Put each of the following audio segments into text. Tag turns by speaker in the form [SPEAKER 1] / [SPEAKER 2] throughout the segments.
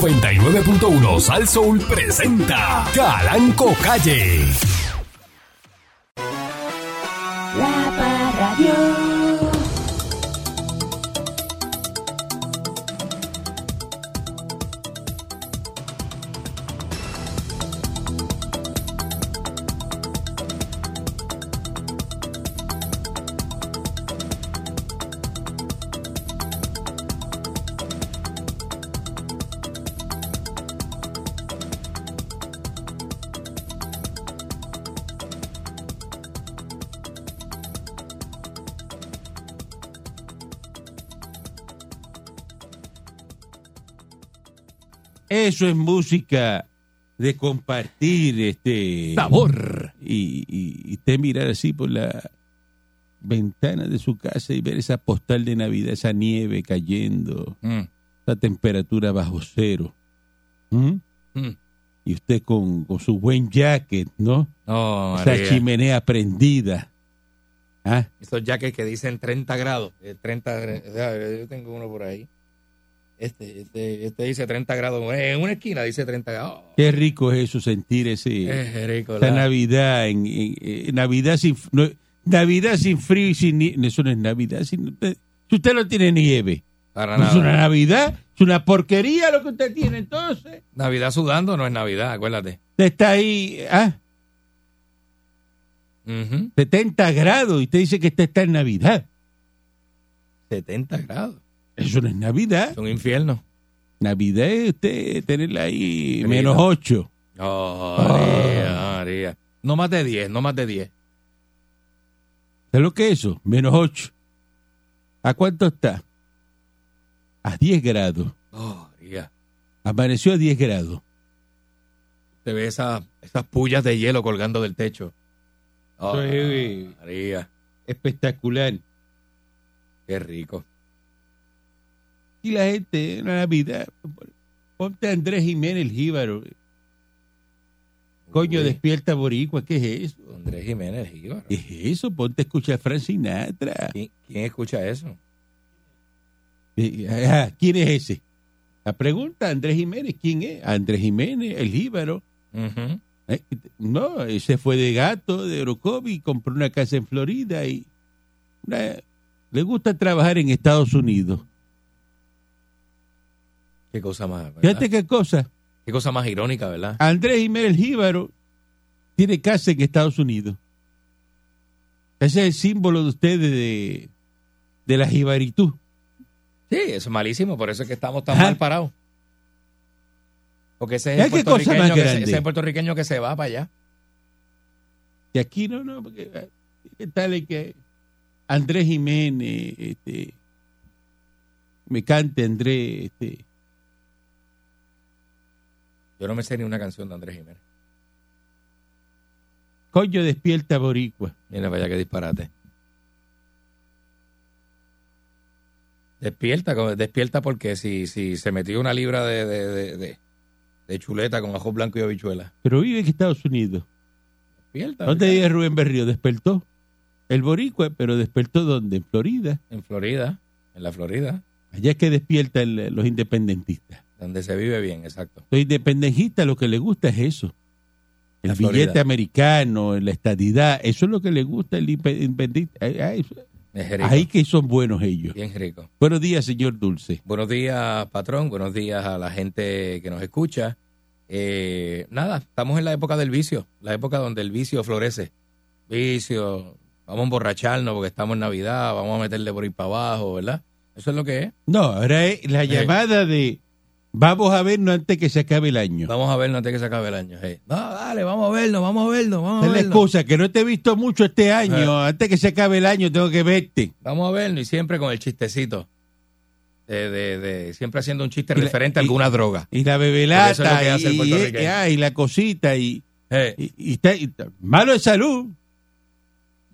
[SPEAKER 1] 99.1 Sal Soul presenta Calanco Calle.
[SPEAKER 2] La Parradio.
[SPEAKER 3] Eso es música de compartir, este.
[SPEAKER 4] sabor.
[SPEAKER 3] Y, y, y usted mirar así por la ventana de su casa y ver esa postal de Navidad, esa nieve cayendo, esa temperatura bajo cero. ¿Mm?
[SPEAKER 4] Mm.
[SPEAKER 3] Y usted con, con su buen jacket, ¿no?
[SPEAKER 4] No,
[SPEAKER 3] esa chimenea prendida. ¿Ah?
[SPEAKER 4] Esos jackets que dicen 30 grados. eh, 30, gra- o sea, eh, yo tengo uno por ahí. Este, este, este dice 30 grados. eh, En una esquina dice 30 grados. Oh, eh,
[SPEAKER 3] Qué rico es eso, sentir ese.
[SPEAKER 4] Es rico.
[SPEAKER 3] Esta
[SPEAKER 4] la-
[SPEAKER 3] Navidad, en, en- en Navidad sin no, Navidad sin frío y sin nieve. Eso no es Navidad. Sin, eh, si usted no tiene nieve,
[SPEAKER 4] para
[SPEAKER 3] no es una
[SPEAKER 4] nada.
[SPEAKER 3] Navidad, es una porquería lo que usted tiene. Entonces,
[SPEAKER 4] Navidad sudando no es Navidad, acuérdate.
[SPEAKER 3] usted está ahí ah,
[SPEAKER 4] Ujú.
[SPEAKER 3] 70 grados y usted dice que usted está en Navidad.
[SPEAKER 4] 70 grados.
[SPEAKER 3] Eso no es Navidad.
[SPEAKER 4] Es un infierno.
[SPEAKER 3] Navidad es usted tenerla ahí
[SPEAKER 4] Querida.
[SPEAKER 3] menos 8.
[SPEAKER 4] Oh,
[SPEAKER 3] Ah.
[SPEAKER 4] María, María. No más de 10, no más de 10.
[SPEAKER 3] ¿Sabes lo que es eso? Menos 8. ¿A cuánto está? A 10 grados.
[SPEAKER 4] Oh, María.
[SPEAKER 3] Amaneció a 10 grados.
[SPEAKER 4] Te ve esa- esas pullas de hielo colgando del techo. Oh,
[SPEAKER 3] Eso es-
[SPEAKER 4] María,
[SPEAKER 3] Espectacular.
[SPEAKER 4] qué rico.
[SPEAKER 3] Y la gente, en la Navidad, ponte a Andrés Jiménez Jíbaro. Coño,
[SPEAKER 4] Uy,
[SPEAKER 3] despierta boricua, ¿qué es eso?
[SPEAKER 4] Andrés Jiménez, Jíbaro.
[SPEAKER 3] ¿Qué es eso? Ponte a escuchar a Frank Sinatra.
[SPEAKER 4] ¿Quién, quién escucha eso?
[SPEAKER 3] Eh, ah, ¿Quién es ese? La pregunta, Andrés Jiménez, ¿quién es? Andrés Jiménez, el Jíbaro.
[SPEAKER 4] Ujú.
[SPEAKER 3] Eh, No, ese fue de gato, de Orocovi, compró una casa en Florida y una- le gusta trabajar en Estados Unidos.
[SPEAKER 4] Qué cosa más. ¿verdad?
[SPEAKER 3] Fíjate Ah. qué cosa.
[SPEAKER 4] Qué cosa más irónica, ¿verdad?
[SPEAKER 3] Andrés Jiménez Jíbaro tiene casa en Estados Unidos. Ese es el símbolo de ustedes de, de la jibaritud.
[SPEAKER 4] Sí, eso es malísimo, por eso es que estamos tan
[SPEAKER 3] Ajá.
[SPEAKER 4] mal parados. Porque ese es,
[SPEAKER 3] ¿Sabes
[SPEAKER 4] el
[SPEAKER 3] qué cosa más
[SPEAKER 4] puertorriqueño que se-
[SPEAKER 3] grande?
[SPEAKER 4] ese es el puertorriqueño que se va para allá.
[SPEAKER 3] Y aquí no, no, porque eh, ¿qué tal es que Andrés Jiménez, este, me cante Andrés, este,
[SPEAKER 4] Yo no me sé ni una canción de Andrés Jiménez.
[SPEAKER 3] coño despierta boricua.
[SPEAKER 4] Mira para allá que disparate. Despierta, co- despierta porque si, si se metió una libra de, de, de- de- de chuleta con ajo blanco y habichuela.
[SPEAKER 3] Pero vive en Estados Unidos.
[SPEAKER 4] Despierta.
[SPEAKER 3] No te
[SPEAKER 4] ¿verdad?
[SPEAKER 3] digas Rubén Berrío, despertó. El boricua, pero despertó ¿dónde? En Florida.
[SPEAKER 4] En Florida, en la Florida,
[SPEAKER 3] Allá es que despiertan eh, los independentistas.
[SPEAKER 4] donde se vive bien, exacto.
[SPEAKER 3] Los independentistas lo que les gusta es eso. El
[SPEAKER 4] La Florida.
[SPEAKER 3] billete americano, la estadidad, eso es lo que les gusta el independentista. Ay, ay, eh, eso-
[SPEAKER 4] Es rico,
[SPEAKER 3] Ahí que son buenos ellos.
[SPEAKER 4] bien rico.
[SPEAKER 3] Buenos días, señor Dulce.
[SPEAKER 4] Buenos días, patrón. Buenos días a la gente que nos escucha. Eh, nada, estamos en la época del vicio, la época donde el vicio florece. Vicio, vamos a emborracharnos porque estamos en Navidad, vamos a meterle por ahí para abajo, ¿verdad? Eso es lo que es.
[SPEAKER 3] No, ahora es la
[SPEAKER 4] Sí.
[SPEAKER 3] llamada de vamos a vernos antes que se acabe el año.
[SPEAKER 4] Vamos a vernos antes que se acabe el año. hey. No, dale, vamos a vernos, vamos a vernos,
[SPEAKER 3] Esa
[SPEAKER 4] vamos a
[SPEAKER 3] es la
[SPEAKER 4] vernos. Eh.
[SPEAKER 3] excusa, que no te he visto mucho este año. Antes que se acabe el año tengo que verte.
[SPEAKER 4] Vamos a vernos y siempre con el chistecito. De, de- de- siempre haciendo un chiste
[SPEAKER 3] Y la-
[SPEAKER 4] referente a
[SPEAKER 3] y-
[SPEAKER 4] alguna droga.
[SPEAKER 3] Y la
[SPEAKER 4] Porque eso es lo que
[SPEAKER 3] bebelata,
[SPEAKER 4] hace el
[SPEAKER 3] y, y-
[SPEAKER 4] puertorriqueño.
[SPEAKER 3] y- ah, y la cosita, y,
[SPEAKER 4] Hey,
[SPEAKER 3] y- y está, y está- malo de salud.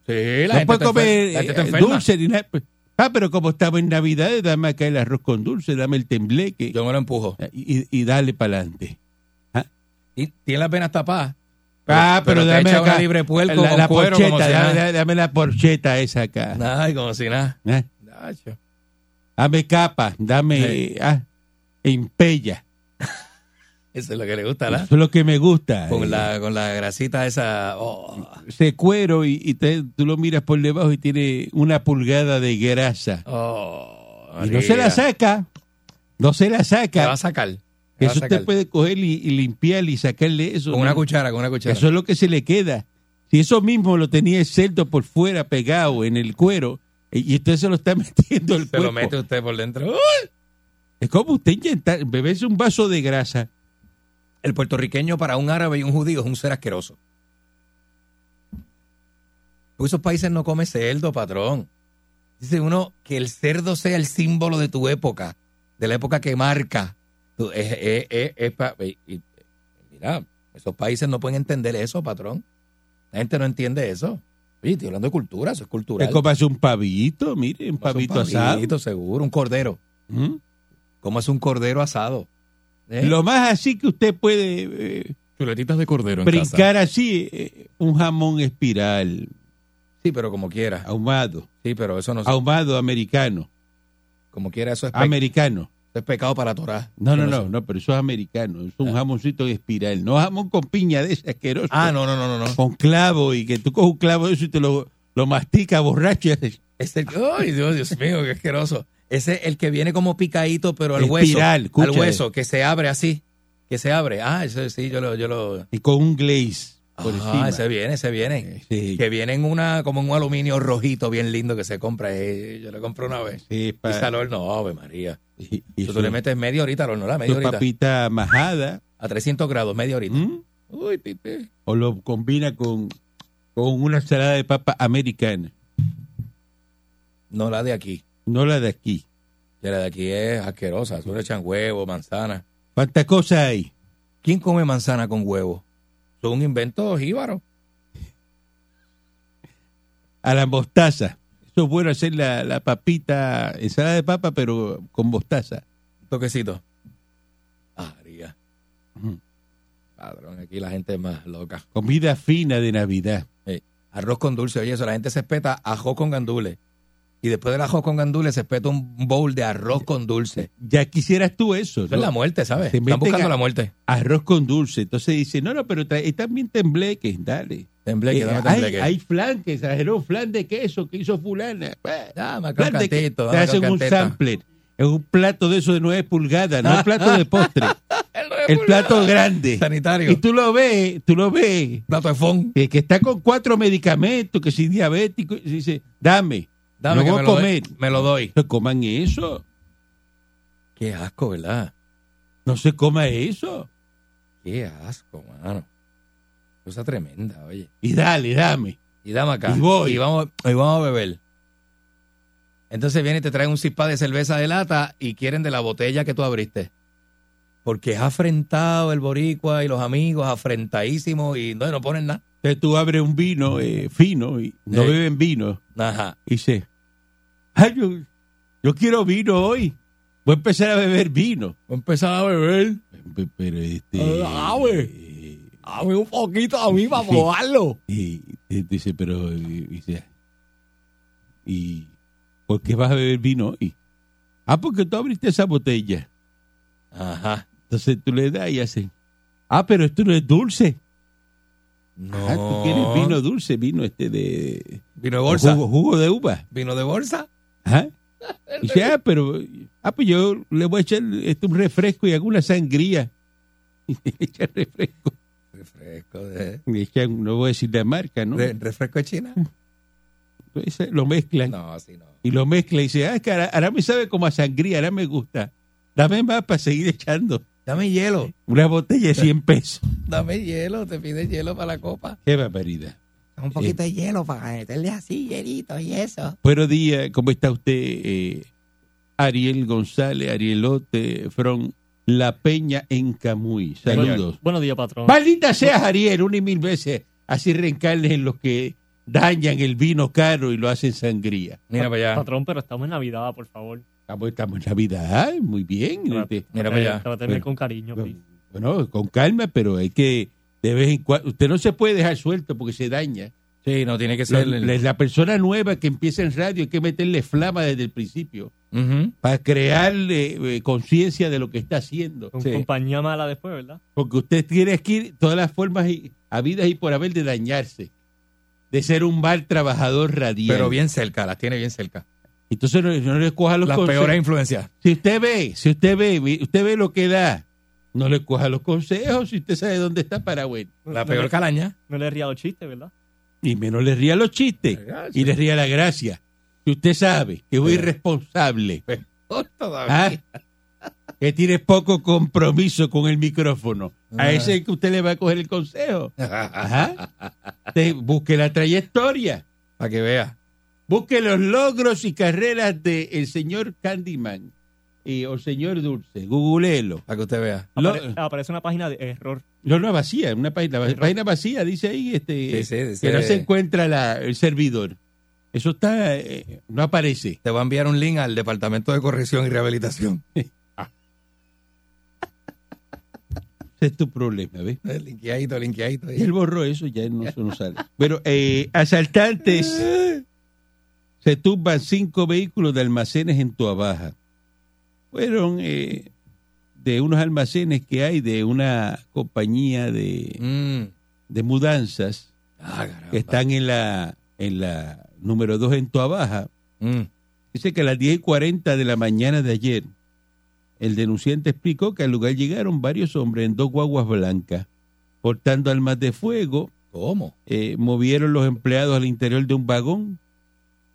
[SPEAKER 4] sí, la
[SPEAKER 3] no
[SPEAKER 4] gente
[SPEAKER 3] puede
[SPEAKER 4] está enfer-
[SPEAKER 3] comer
[SPEAKER 4] la gente está
[SPEAKER 3] eh,
[SPEAKER 4] enferma.
[SPEAKER 3] dulce ni nada. Pues, Ah, pero como estamos en Navidad, dame acá el arroz con dulce, dame el tembleque
[SPEAKER 4] Yo me lo empujo.
[SPEAKER 3] eh, y, y dale para adelante.
[SPEAKER 4] Y tiene las venas tapadas.
[SPEAKER 3] Ah, pero,
[SPEAKER 4] te
[SPEAKER 3] dame
[SPEAKER 4] echa
[SPEAKER 3] acá
[SPEAKER 4] una libre puerco
[SPEAKER 3] la,
[SPEAKER 4] con
[SPEAKER 3] la
[SPEAKER 4] cuero
[SPEAKER 3] porcheta,
[SPEAKER 4] como si
[SPEAKER 3] dame,
[SPEAKER 4] nada.
[SPEAKER 3] dame- dame la porcheta esa acá.
[SPEAKER 4] Ay, como si nada.
[SPEAKER 3] ¿eh? Dame capa, dame
[SPEAKER 4] Sí.
[SPEAKER 3] ah, empella.
[SPEAKER 4] Eso es lo que le gusta, ¿la?
[SPEAKER 3] Eso es lo que me gusta. eh.
[SPEAKER 4] Con la, con la grasita esa. Oh,
[SPEAKER 3] Ese cuero y, y te- tú lo miras por debajo y tiene una pulgada de grasa.
[SPEAKER 4] oh,
[SPEAKER 3] Y no se la
[SPEAKER 4] María.
[SPEAKER 3] saca. No se la
[SPEAKER 4] Te va
[SPEAKER 3] saca.
[SPEAKER 4] a sacar. te va a
[SPEAKER 3] Eso
[SPEAKER 4] sacar.
[SPEAKER 3] usted puede coger y, y limpiar y sacarle eso.
[SPEAKER 4] Con una
[SPEAKER 3] ¿no?
[SPEAKER 4] cuchara, con una cuchara.
[SPEAKER 3] Eso es lo que se le queda. Si eso mismo lo tenía el cerdo por fuera pegado en el cuero eh, y usted se lo está metiendo al
[SPEAKER 4] Se
[SPEAKER 3] cuerpo.
[SPEAKER 4] lo mete usted por dentro. ¡Uy!
[SPEAKER 3] Es como usted inyectar, beberse un vaso de grasa.
[SPEAKER 4] El puertorriqueño para un árabe y un judío es un ser asqueroso. Porque esos países no come cerdo, patrón. Dice uno que el cerdo sea el símbolo de tu época, de la época que marca. Tú- es- es- es- es pa- y- y- mira, esos países no pueden entender eso, patrón. La gente no entiende eso. Oye, estoy hablando de cultura, eso es cultural.
[SPEAKER 3] Es como hacer un pavito, mire, un
[SPEAKER 4] Comas un
[SPEAKER 3] pavito, asado.
[SPEAKER 4] pavito, seguro, un cordero.
[SPEAKER 3] ¿Mm?
[SPEAKER 4] ¿Cómo es un cordero asado? ¿Eh?
[SPEAKER 3] Lo más así que usted puede eh,
[SPEAKER 5] Chuletitas de cordero en casa.
[SPEAKER 3] brincar así, eh, un jamón espiral,
[SPEAKER 4] Sí, pero como quiera.
[SPEAKER 3] ahumado,
[SPEAKER 4] Sí, pero eso no se-
[SPEAKER 3] ahumado americano,
[SPEAKER 4] Como quiera, eso es, pe-
[SPEAKER 3] americano.
[SPEAKER 4] eso es pecado para Torah.
[SPEAKER 3] No, no, no, no, pero eso es americano, es un jamoncito en espiral, no jamón con piña de ese asqueroso.
[SPEAKER 4] Ah, no, no, no, no. no.
[SPEAKER 3] con clavo y que tú coges un clavo de eso y te lo, lo masticas borracho. y haces
[SPEAKER 4] Es el- Ay, Dios, Dios mío, qué asqueroso. Ese es el que viene como picadito, pero al
[SPEAKER 3] Espiral,
[SPEAKER 4] hueso.
[SPEAKER 3] escucha,
[SPEAKER 4] Al hueso, que se abre así. Que se abre. Ah, ese sí, yo lo. Yo lo...
[SPEAKER 3] Y con un glaze por
[SPEAKER 4] Ah,
[SPEAKER 3] encima.
[SPEAKER 4] ese viene, ese viene.
[SPEAKER 3] Sí,
[SPEAKER 4] Que viene en una, como en un aluminio rojito bien lindo que se compra. Eh, yo lo compré una vez.
[SPEAKER 3] sí,
[SPEAKER 4] Y
[SPEAKER 3] pa-
[SPEAKER 4] al horno, ave María.
[SPEAKER 3] y- y
[SPEAKER 4] Tú,
[SPEAKER 3] su-
[SPEAKER 4] le metes media horita al horno, la media
[SPEAKER 3] su
[SPEAKER 4] horita.
[SPEAKER 3] papita majada.
[SPEAKER 4] A 300 grados, media horita.
[SPEAKER 3] ¿m?
[SPEAKER 4] Uy, tite.
[SPEAKER 3] O lo combina con, con una ensalada de papa americana,
[SPEAKER 4] No la de aquí.
[SPEAKER 3] no la de aquí.
[SPEAKER 4] Ya La de aquí es asquerosa. Tú le echan huevo, manzana.
[SPEAKER 3] ¿Cuántas cosas hay?
[SPEAKER 4] ¿Quién come manzana con huevo? Eso es un invento jíbaro.
[SPEAKER 3] A la mostaza. Eso es bueno hacer la, la papita, ensalada de papa, pero con mostaza.
[SPEAKER 4] Un Toquecito. Ah, María.
[SPEAKER 3] Ujú.
[SPEAKER 4] Padrón, aquí la gente es más loca.
[SPEAKER 3] Comida fina de Navidad.
[SPEAKER 4] Eh, Arroz con dulce, oye, eso la gente se espeta ajo con gandules. Y después del ajo con gandules se espeta un bowl de arroz con dulce.
[SPEAKER 3] Ya quisieras tú eso.
[SPEAKER 4] Eso
[SPEAKER 3] ¿no?
[SPEAKER 4] es la muerte, ¿sabes?
[SPEAKER 3] Se
[SPEAKER 4] Están
[SPEAKER 3] meten
[SPEAKER 4] buscando
[SPEAKER 3] a-
[SPEAKER 4] la muerte.
[SPEAKER 3] arroz con dulce. Entonces dice, no, no, pero tra- eh, también tembleques, dale.
[SPEAKER 4] Tembleque,
[SPEAKER 3] Eh,
[SPEAKER 4] dame
[SPEAKER 3] hay,
[SPEAKER 4] tembleque.
[SPEAKER 3] hay flan que exageró, flan de queso que hizo fulana. Eh,
[SPEAKER 4] Dame acá un
[SPEAKER 3] flan de que-
[SPEAKER 4] cantito,
[SPEAKER 3] te
[SPEAKER 4] dame acá
[SPEAKER 3] hacen un
[SPEAKER 4] canteta.
[SPEAKER 3] sampler. Es un plato de eso de nueve pulgadas, no el plato de postre,
[SPEAKER 4] El nueve
[SPEAKER 3] el
[SPEAKER 4] pulgadas.
[SPEAKER 3] plato grande.
[SPEAKER 4] Sanitario.
[SPEAKER 3] Y tú lo ves, tú lo ves,
[SPEAKER 4] Plato de fond.
[SPEAKER 3] que, que está con cuatro medicamentos, que si diabético, y dice, dame,
[SPEAKER 4] Dame
[SPEAKER 3] dame
[SPEAKER 4] que
[SPEAKER 3] voy
[SPEAKER 4] me
[SPEAKER 3] a
[SPEAKER 4] lo doy-
[SPEAKER 3] comer.
[SPEAKER 4] me lo doy.
[SPEAKER 3] No coman eso,
[SPEAKER 4] Qué asco, ¿verdad?
[SPEAKER 3] no se coma eso.
[SPEAKER 4] Qué asco, mano. Cosa tremenda, oye.
[SPEAKER 3] Y dale, dame.
[SPEAKER 4] Y dame acá.
[SPEAKER 3] Y voy.
[SPEAKER 4] vamos, y vamos a beber. Entonces viene y te trae un cipá de cerveza de lata y quieren de la botella que tú abriste. Porque es afrentado el boricua y los amigos, afrentadísimo y no, no ponen nada.
[SPEAKER 3] Entonces tú abres un vino eh, fino, y no
[SPEAKER 4] Sí.
[SPEAKER 3] beben vino.
[SPEAKER 4] Ajá.
[SPEAKER 3] Y dice, "Ay, yo, yo quiero vino hoy. Voy a empezar a beber vino.
[SPEAKER 4] Voy a empezar a beber.
[SPEAKER 3] Pe- Pero este...
[SPEAKER 5] Ah, güey.
[SPEAKER 3] eh,
[SPEAKER 5] A mí un poquito, a mí para
[SPEAKER 3] Sí.
[SPEAKER 5] probarlo.
[SPEAKER 3] eh, eh, dice, pero... eh, dice, ¿Y por qué vas a beber vino hoy? Ah, porque tú abriste esa botella.
[SPEAKER 4] Ajá.
[SPEAKER 3] Entonces tú le das y hace... Ah, pero esto no es dulce.
[SPEAKER 4] No.
[SPEAKER 3] Ah, tú quieres vino dulce, vino este de...
[SPEAKER 4] Vino de bolsa.
[SPEAKER 3] Jugo, jugo de uva.
[SPEAKER 4] Vino de bolsa.
[SPEAKER 3] Ajá. Y dice, ah, pero, ah, pues yo le voy a echar este, un refresco y alguna sangría. Y le echa refresco.
[SPEAKER 4] Refresco de,
[SPEAKER 3] Le echan, no voy a decir la marca, ¿no?
[SPEAKER 4] de- refresco de China.
[SPEAKER 3] Entonces, lo mezclan
[SPEAKER 4] No, así no.
[SPEAKER 3] y lo mezclan y dice, ah, es que ahora, ahora me sabe como a sangría, ahora me gusta. Dame más para seguir echando
[SPEAKER 4] Dame hielo.
[SPEAKER 3] una botella de 100 pesos.
[SPEAKER 4] Dame hielo, te pide hielo para la copa.
[SPEAKER 3] Qué barbaridad.
[SPEAKER 5] Un
[SPEAKER 3] poquito
[SPEAKER 5] de hielo para meterle así, hielito y eso.
[SPEAKER 3] Buenos días, ¿cómo está usted? eh, Ariel González, Arielote, From La Peña en Camuy. Saludos.
[SPEAKER 5] Buenos días, patrón.
[SPEAKER 3] Maldita seas, Ariel, una y mil veces. Así reencarnes en los que dañan el vino caro y lo hacen sangría.
[SPEAKER 4] Mira para allá.
[SPEAKER 6] Patrón, pero estamos en Navidad, por favor.
[SPEAKER 3] Estamos, estamos en Navidad, ¿eh? muy bien. Este,
[SPEAKER 4] Mira para allá.
[SPEAKER 6] Tráteme
[SPEAKER 3] Bueno.
[SPEAKER 6] con cariño, please.
[SPEAKER 3] Bueno, con calma, pero hay que de vez en cuando. Usted no se puede dejar suelto porque se daña.
[SPEAKER 4] Sí, no tiene que
[SPEAKER 3] Lo-
[SPEAKER 4] ser.
[SPEAKER 3] la, la persona nueva que empieza en radio hay que meterle flama desde el principio
[SPEAKER 4] Ujú.
[SPEAKER 3] para crearle eh, conciencia de lo que está haciendo.
[SPEAKER 6] Con
[SPEAKER 4] Sí.
[SPEAKER 6] compañía mala después, ¿verdad?
[SPEAKER 3] Porque usted tiene que ir todas las formas y- habidas y por haber de dañarse, de ser un mal trabajador radial.
[SPEAKER 4] Pero bien cerca, las tiene bien cerca.
[SPEAKER 3] Entonces no, no le coja los
[SPEAKER 4] Las
[SPEAKER 3] consejos.
[SPEAKER 4] peores influencias.
[SPEAKER 3] Si usted ve, si usted ve, mi- usted ve lo que da, no le coja los consejos si usted sabe dónde está Paraguay.
[SPEAKER 4] La
[SPEAKER 6] No
[SPEAKER 4] peor
[SPEAKER 6] le-
[SPEAKER 4] calaña.
[SPEAKER 6] No le ría los chistes, ¿verdad?
[SPEAKER 3] Y menos le ría los chistes
[SPEAKER 4] Eh, ah,
[SPEAKER 3] y le ría la gracia. Si usted sabe que es un irresponsable, ¿ah? que tiene poco compromiso con el micrófono, a ese que usted le va a coger el consejo.
[SPEAKER 4] Ah.
[SPEAKER 3] Ajá. Usted busque la trayectoria.
[SPEAKER 4] Para que vea.
[SPEAKER 3] Busque los logros y carreras del el señor Candyman y, o señor Dulce. Googleelo.
[SPEAKER 4] Para que usted vea.
[SPEAKER 3] Lo-
[SPEAKER 6] Apare- aparece una página de error.
[SPEAKER 3] No, no, vacía, una página, la página vacía, dice ahí, este,
[SPEAKER 4] Sí, sí, dice-
[SPEAKER 3] que no se encuentra la- el servidor. Eso está, eh, no aparece.
[SPEAKER 4] Te va a enviar un link al Departamento de Corrección y Rehabilitación.
[SPEAKER 3] Ese es tu problema, ¿ves?
[SPEAKER 4] Eh, Linkeadito, linkeadito.
[SPEAKER 3] Y él borró eso, ya no se nos sale. Pero eh, asaltantes se tumban cinco vehículos de almacenes en Tuabaja. Fueron eh, de unos almacenes que hay de una compañía de,
[SPEAKER 4] Mm.
[SPEAKER 3] de mudanzas
[SPEAKER 4] Ah, caramba.
[SPEAKER 3] que están en la, en la número 2 en Tuabaja.
[SPEAKER 4] Mm.
[SPEAKER 3] Dice que a las 10 y 40 de la mañana de ayer, el denunciante explicó que al lugar llegaron varios hombres en dos guaguas blancas, portando armas de fuego,
[SPEAKER 4] ¿Cómo?
[SPEAKER 3] eh, movieron los empleados al interior de un vagón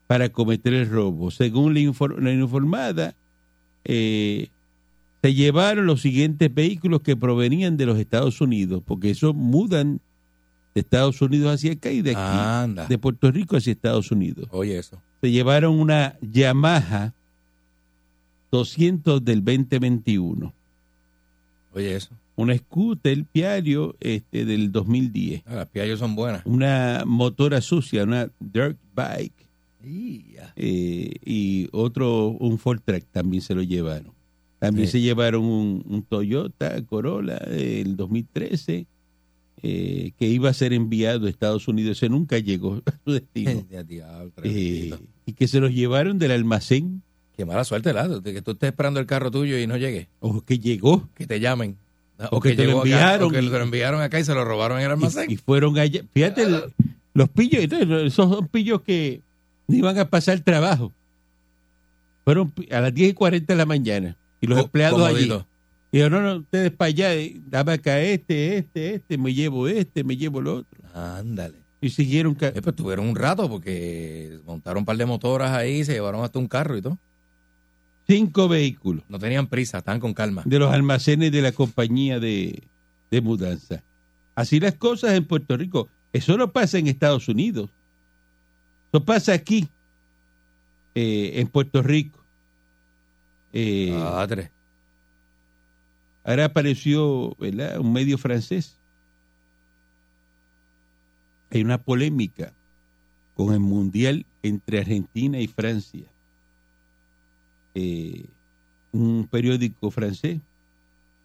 [SPEAKER 3] para cometer el robo. Según la, infor- la informada, eh, se llevaron los siguientes vehículos que provenían de los Estados Unidos, porque eso mudan de Estados Unidos hacia acá y de aquí,
[SPEAKER 4] Anda.
[SPEAKER 3] de Puerto Rico hacia Estados Unidos
[SPEAKER 4] Oye, eso.
[SPEAKER 3] se llevaron una Yamaha 200 del 2021,
[SPEAKER 4] Oye, eso.
[SPEAKER 3] una scooter Piario este, del 2010,
[SPEAKER 4] Ah, las piallos son buenas.
[SPEAKER 3] una motora sucia, una dirt bike eh, y otro, un Ford Track también se lo llevaron. También
[SPEAKER 4] Sí.
[SPEAKER 3] se llevaron un, un Toyota Corolla eh, del 2013 eh, que iba a ser enviado a Estados Unidos, ese nunca llegó a su destino.
[SPEAKER 4] Ya, diablo,
[SPEAKER 3] Eh,
[SPEAKER 4] tremendito.
[SPEAKER 3] y que se los llevaron del almacén
[SPEAKER 4] Qué mala suerte, lado. Que tú estés esperando el carro tuyo y no llegue.
[SPEAKER 3] o que llegó
[SPEAKER 4] Que te llamen.
[SPEAKER 3] O que te lo
[SPEAKER 4] llegó acá,
[SPEAKER 3] enviaron.
[SPEAKER 4] o que te lo enviaron acá y se lo robaron en el almacén.
[SPEAKER 3] y, y fueron allá.
[SPEAKER 4] Ah,
[SPEAKER 3] Fíjate, el- los pillos, entonces, esos son pillos que no iban a pasar trabajo. Fueron pi- a las 10 y 40 de la mañana. Y los
[SPEAKER 4] Co-
[SPEAKER 3] empleados allí.
[SPEAKER 4] comodito.
[SPEAKER 3] Y yo, no, no, ustedes para allá, eh, dame acá este, este, este, me llevo este, me llevo lo otro.
[SPEAKER 4] Ándale.
[SPEAKER 3] Y siguieron. ca-
[SPEAKER 4] Eh, pues tuvieron un rato porque montaron un par de motoras ahí, se llevaron hasta un carro y todo.
[SPEAKER 3] Cinco vehículos
[SPEAKER 4] No tenían prisa, estaban con calma.
[SPEAKER 3] de los almacenes de la compañía de, de mudanza. Así las cosas en Puerto Rico. Eso no pasa en Estados Unidos. Eso pasa aquí, eh, en Puerto Rico. Eh,
[SPEAKER 4] Padre.
[SPEAKER 3] Ahora apareció ¿verdad? un medio francés. Hay una polémica con el Mundial entre Argentina y Francia. Eh, un periódico francés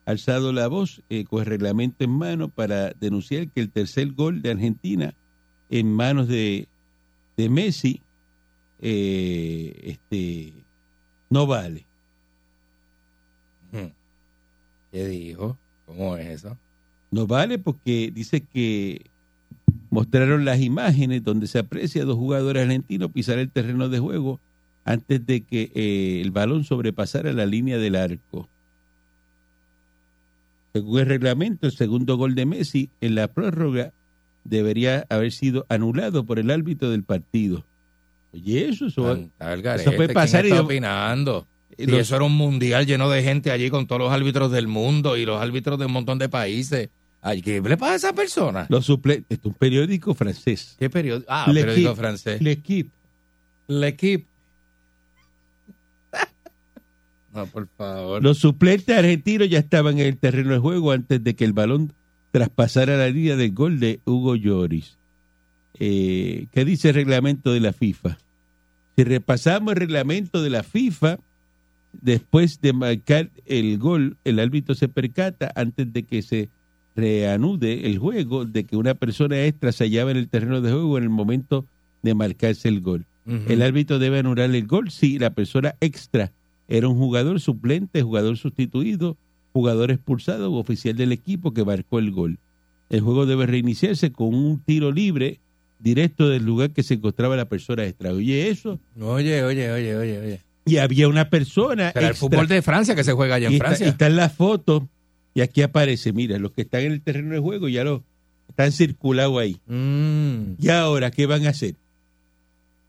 [SPEAKER 3] ha alzado la voz eh, con el reglamento en mano para denunciar que el tercer gol de Argentina en manos de, de Messi eh, este, no vale.
[SPEAKER 4] Hmm. ¿Qué dijo? ¿Cómo es eso?
[SPEAKER 3] No vale porque dice que mostraron las imágenes donde se aprecia a dos jugadores argentinos pisar el terreno de juego antes de que eh, el balón sobrepasara la línea del arco. Según el reglamento, el segundo gol de Messi en la prórroga debería haber sido anulado por el árbitro del partido. Oye, eso, eso-
[SPEAKER 4] Anda, el garete,
[SPEAKER 3] eso puede
[SPEAKER 4] ¿quién
[SPEAKER 3] pasar y
[SPEAKER 4] está
[SPEAKER 3] yo-
[SPEAKER 4] opinando?
[SPEAKER 3] eh,
[SPEAKER 4] Y
[SPEAKER 3] los-
[SPEAKER 4] eso era un mundial lleno de gente allí con todos los árbitros del mundo y los árbitros de un montón de países. Ay, ¿Qué le pasa a esa persona?
[SPEAKER 3] los suplentes, esto es un periódico francés.
[SPEAKER 4] ¿Qué periódico? Ah,
[SPEAKER 3] Le
[SPEAKER 4] periódico
[SPEAKER 3] Equipe.
[SPEAKER 4] francés.
[SPEAKER 3] L'Equipe.
[SPEAKER 4] L'Equipe. no, por favor.
[SPEAKER 3] Los suplentes argentinos ya estaban en el terreno de juego antes de que el balón traspasara la línea del gol de Hugo Lloris. Eh, ¿Qué dice el reglamento de la FIFA? Si repasamos el reglamento de la FIFA, después de marcar el gol, el árbitro se percata antes de que se reanude el juego de que una persona extra se hallaba en el terreno de juego en el momento de marcarse el gol.
[SPEAKER 4] Ujú.
[SPEAKER 3] El árbitro debe anular el gol si la persona extra era un jugador suplente, jugador sustituido, jugador expulsado u oficial del equipo que marcó el gol. El juego debe reiniciarse con un tiro libre directo del lugar que se encontraba la persona extra. Oye, eso.
[SPEAKER 4] Oye, oye, oye, oye, oye.
[SPEAKER 3] Y había una persona
[SPEAKER 4] Será el
[SPEAKER 3] extra.
[SPEAKER 4] fútbol de Francia que se juega allá
[SPEAKER 3] y,
[SPEAKER 4] en
[SPEAKER 3] está, y
[SPEAKER 4] Francia.
[SPEAKER 3] está en la foto y aquí aparece, mira, los que están en el terreno de juego ya los están circulados ahí.
[SPEAKER 4] Mm.
[SPEAKER 3] ¿Y ahora qué van a hacer?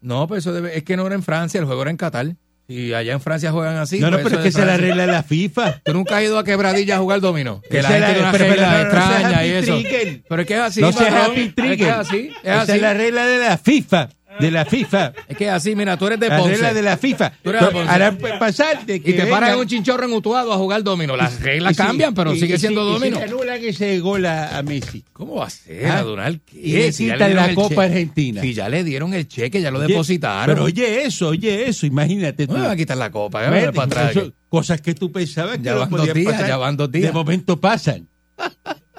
[SPEAKER 4] No, pero eso debe- es que no era en Francia, el juego era en Qatar. Si allá en Francia juegan así.
[SPEAKER 3] no, no,
[SPEAKER 4] pues
[SPEAKER 3] pero
[SPEAKER 4] eso
[SPEAKER 3] es que
[SPEAKER 4] de
[SPEAKER 3] se la
[SPEAKER 4] Francia.
[SPEAKER 3] arregla la FIFA.
[SPEAKER 4] Tú nunca has ido a Quebradilla a jugar dominó. Que la
[SPEAKER 3] Esa es
[SPEAKER 4] gente tiene una
[SPEAKER 3] pero- pero-
[SPEAKER 4] regla
[SPEAKER 3] pero no seas
[SPEAKER 4] extraña y
[SPEAKER 3] happy
[SPEAKER 4] eso.
[SPEAKER 3] trigger.
[SPEAKER 4] Pero es que es así.
[SPEAKER 3] No seas
[SPEAKER 4] patrón.
[SPEAKER 3] happy
[SPEAKER 4] Es que
[SPEAKER 3] trigger.
[SPEAKER 4] es así. Es
[SPEAKER 3] Esa
[SPEAKER 4] así.
[SPEAKER 3] es la regla de la FIFA. De la FIFA.
[SPEAKER 4] Es que es así. Mira, tú eres de
[SPEAKER 3] La
[SPEAKER 4] Ponce.
[SPEAKER 3] regla de la FIFA.
[SPEAKER 4] Tú eres de Ponce.
[SPEAKER 3] Harán pasar de que
[SPEAKER 4] Y te paran en
[SPEAKER 3] vengan-
[SPEAKER 4] un chinchorro engutuado a jugar dominó. Las reglas
[SPEAKER 3] y si-
[SPEAKER 4] cambian, pero
[SPEAKER 3] y-
[SPEAKER 4] sigue
[SPEAKER 3] y si-
[SPEAKER 4] siendo
[SPEAKER 3] y si
[SPEAKER 4] dominó.
[SPEAKER 3] le anulan ese gol a, a Messi.
[SPEAKER 4] ¿Cómo va a ser,
[SPEAKER 3] Ah,
[SPEAKER 4] Adonal? ¿Qué?
[SPEAKER 3] y le
[SPEAKER 4] Si ya
[SPEAKER 3] quitan
[SPEAKER 4] dieron
[SPEAKER 3] la
[SPEAKER 4] el
[SPEAKER 3] Copa
[SPEAKER 4] cheque.
[SPEAKER 3] Argentina.
[SPEAKER 4] Si ya le dieron el cheque, ya lo
[SPEAKER 3] Oye,
[SPEAKER 4] depositaron.
[SPEAKER 3] Pero oye eso, oye eso, imagínate tú.
[SPEAKER 4] No me va a quitar la copa,
[SPEAKER 3] Vete,
[SPEAKER 4] para atrás.
[SPEAKER 3] eso- cosas que tú pensabas que
[SPEAKER 4] Ya
[SPEAKER 3] no
[SPEAKER 4] van dos
[SPEAKER 3] podían
[SPEAKER 4] días,
[SPEAKER 3] pasar,
[SPEAKER 4] ya van dos días.
[SPEAKER 3] De momento pasan.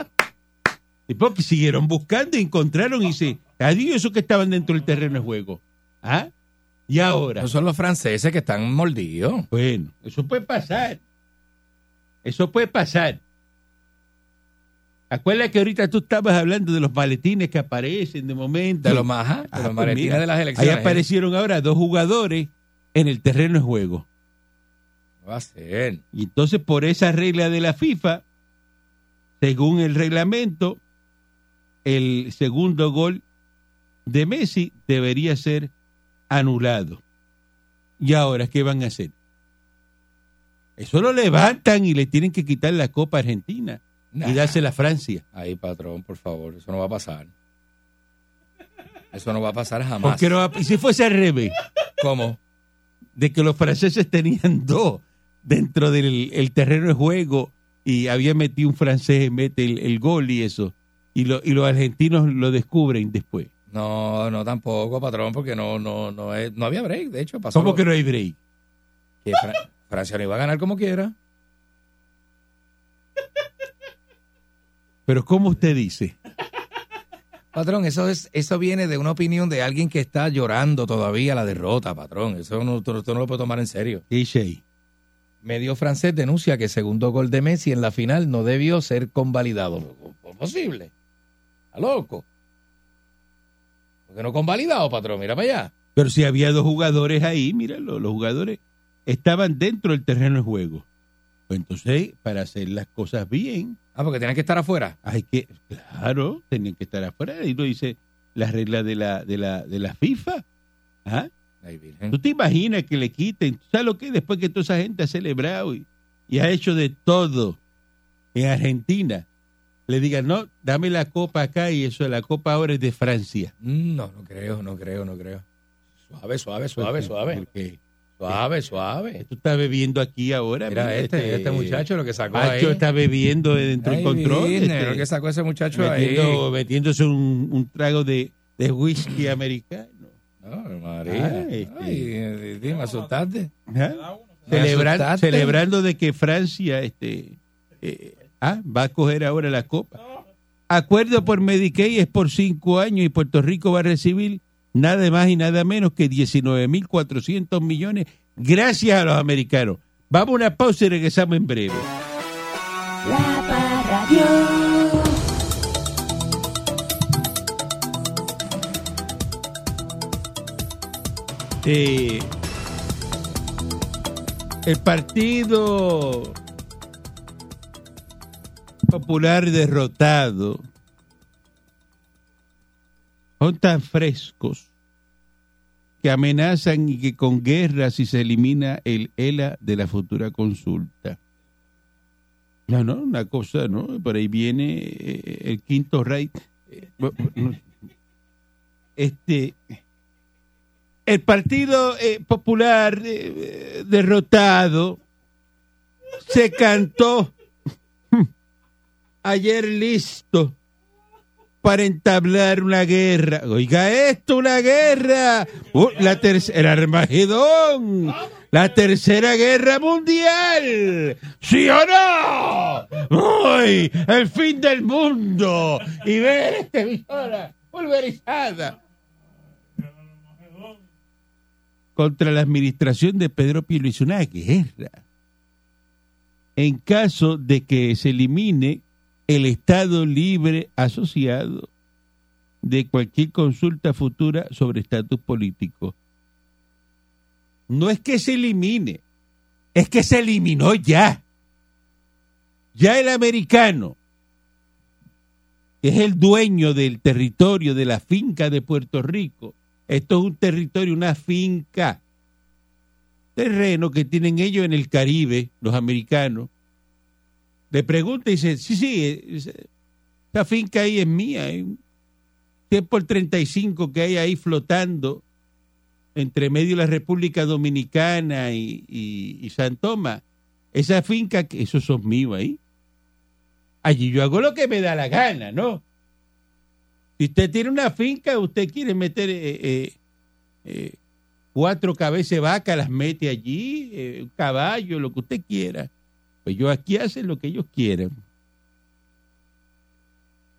[SPEAKER 3] y porque siguieron buscando, encontraron y se. Adiós, esos que estaban dentro del terreno de juego. ¿Ah? Y ahora.
[SPEAKER 4] No son los franceses que están mordidos.
[SPEAKER 3] Bueno, eso puede pasar. Eso puede pasar. Acuérdate que ahorita tú estabas hablando de los maletines que aparecen de momento.
[SPEAKER 4] De los más, ajá, de
[SPEAKER 3] Ah,
[SPEAKER 4] los
[SPEAKER 3] pues
[SPEAKER 4] maletines
[SPEAKER 3] mira,
[SPEAKER 4] de las elecciones. ¿eh?
[SPEAKER 3] Ahí aparecieron ahora dos jugadores en el terreno de juego.
[SPEAKER 4] ¿eh? Va a ser.
[SPEAKER 3] Y entonces por esa regla de la FIFA, según el reglamento, el segundo gol de Messi debería ser anulado. ¿Y ahora qué van a hacer? Eso lo levantan y le tienen que quitar la Copa Argentina
[SPEAKER 4] Nah.
[SPEAKER 3] y dársela a Francia.
[SPEAKER 4] Ahí, patrón, por favor, eso no va a pasar. Eso no va a pasar jamás.
[SPEAKER 3] Porque no va- y si fuese al revés,
[SPEAKER 4] ¿Cómo?
[SPEAKER 3] de que los franceses tenían dos dentro del el terreno de juego y había metido un francés, mete el, el gol y eso. Y, lo- y los argentinos lo descubren después.
[SPEAKER 4] No, no tampoco, patrón, porque no, no, no, es- no había break. De hecho, pasó.
[SPEAKER 3] ¿Cómo
[SPEAKER 4] lo-
[SPEAKER 3] que no hay break?
[SPEAKER 4] que Fra- Francia no iba a ganar como quiera.
[SPEAKER 3] Pero ¿cómo usted dice?
[SPEAKER 4] Patrón, eso es, eso viene de una opinión de alguien que está llorando todavía la derrota, patrón. Eso no, tú- tú no lo puedes tomar en serio.
[SPEAKER 3] DJ.
[SPEAKER 4] Medio francés denuncia que el segundo gol de Messi en la final no debió ser convalidado. ¿Cómo es posible? ¿Está loco? ¿Por qué no convalidado, patrón? Mira para allá.
[SPEAKER 3] Pero si había dos jugadores ahí, míralo, los jugadores estaban dentro del terreno de juego. Pues entonces, para hacer las cosas bien,
[SPEAKER 4] Ah, porque tienen que estar afuera.
[SPEAKER 3] hay que, claro, tenían que estar afuera. Y lo dice las reglas de la, de la, de la FIFA. ¿Ah?
[SPEAKER 4] Ay,
[SPEAKER 3] ¿Tú
[SPEAKER 4] virgen.
[SPEAKER 3] te imaginas que le quiten? ¿Tú ¿Sabes lo que es? Después que toda esa gente ha celebrado y, y ha hecho de todo en Argentina, le digan, no, dame la copa acá y eso, la copa ahora es de Francia.
[SPEAKER 4] Mm, No, no creo, no creo, no creo. Suave, suave, suave,
[SPEAKER 3] Porque-
[SPEAKER 4] suave.
[SPEAKER 3] Porque
[SPEAKER 4] Suave, suave.
[SPEAKER 3] tú estás bebiendo aquí ahora.
[SPEAKER 4] Mira este, este muchacho lo que sacó ahí.
[SPEAKER 3] Macho está bebiendo de dentro del
[SPEAKER 4] Ay,
[SPEAKER 3] control.
[SPEAKER 4] virgen,
[SPEAKER 3] este,
[SPEAKER 4] lo que sacó ese muchacho ahí.
[SPEAKER 3] metiendo- metiéndose un, un trago de, de whisky americano.
[SPEAKER 4] No, María.
[SPEAKER 3] Ay, este.
[SPEAKER 4] Ay, eh, dime, me asustaste.
[SPEAKER 3] ¿Ah?
[SPEAKER 4] Me
[SPEAKER 3] Celebra-
[SPEAKER 4] asustaste.
[SPEAKER 3] celebrando de que Francia este, eh, ah, va a coger ahora la copa. Acuerdo por Medicaid es por cinco años y Puerto Rico va a recibir nada más y nada menos que 19.400 millones gracias a los americanos. Vamos a una pausa y regresamos en breve.
[SPEAKER 2] La Parradio.
[SPEAKER 3] Eh, el Partido Popular derrotado son tan frescos que amenazan y que con guerra si se elimina el ELA de la futura consulta. No, no, una cosa, ¿no? Por ahí viene eh, el quinto rey. Eh, bu- bu- no. Este, el Partido eh, Popular eh, eh, derrotado se cantó ayer listo para entablar una guerra. Oiga esto, una guerra. Uh, la tercera Armagedón. La tercera guerra mundial. ¿Sí o no? hoy, el fin del mundo, y ver esta emisora pulverizada. Contra la administración de Pedro Pilo hizo una guerra. En caso de que se elimine el Estado libre asociado de cualquier consulta futura sobre estatus político. No es que se elimine, es que se eliminó ya. Ya el americano, que es el dueño del territorio de la finca de Puerto Rico, esto es un territorio, una finca, terreno que tienen ellos en el Caribe, los americanos, le pregunta y dice, sí, sí, es- esa finca ahí es mía, es un 100 por 35 que hay ahí flotando entre medio de la República Dominicana y, y, y San Tomás, esa finca, que esos son míos ahí. Allí yo hago lo que me da la gana, ¿no? Si usted tiene una finca, usted quiere meter eh, eh, eh, cuatro cabezas de vaca, las mete allí, eh, un caballo, lo que usted quiera. Pues yo aquí hacen lo que ellos quieran.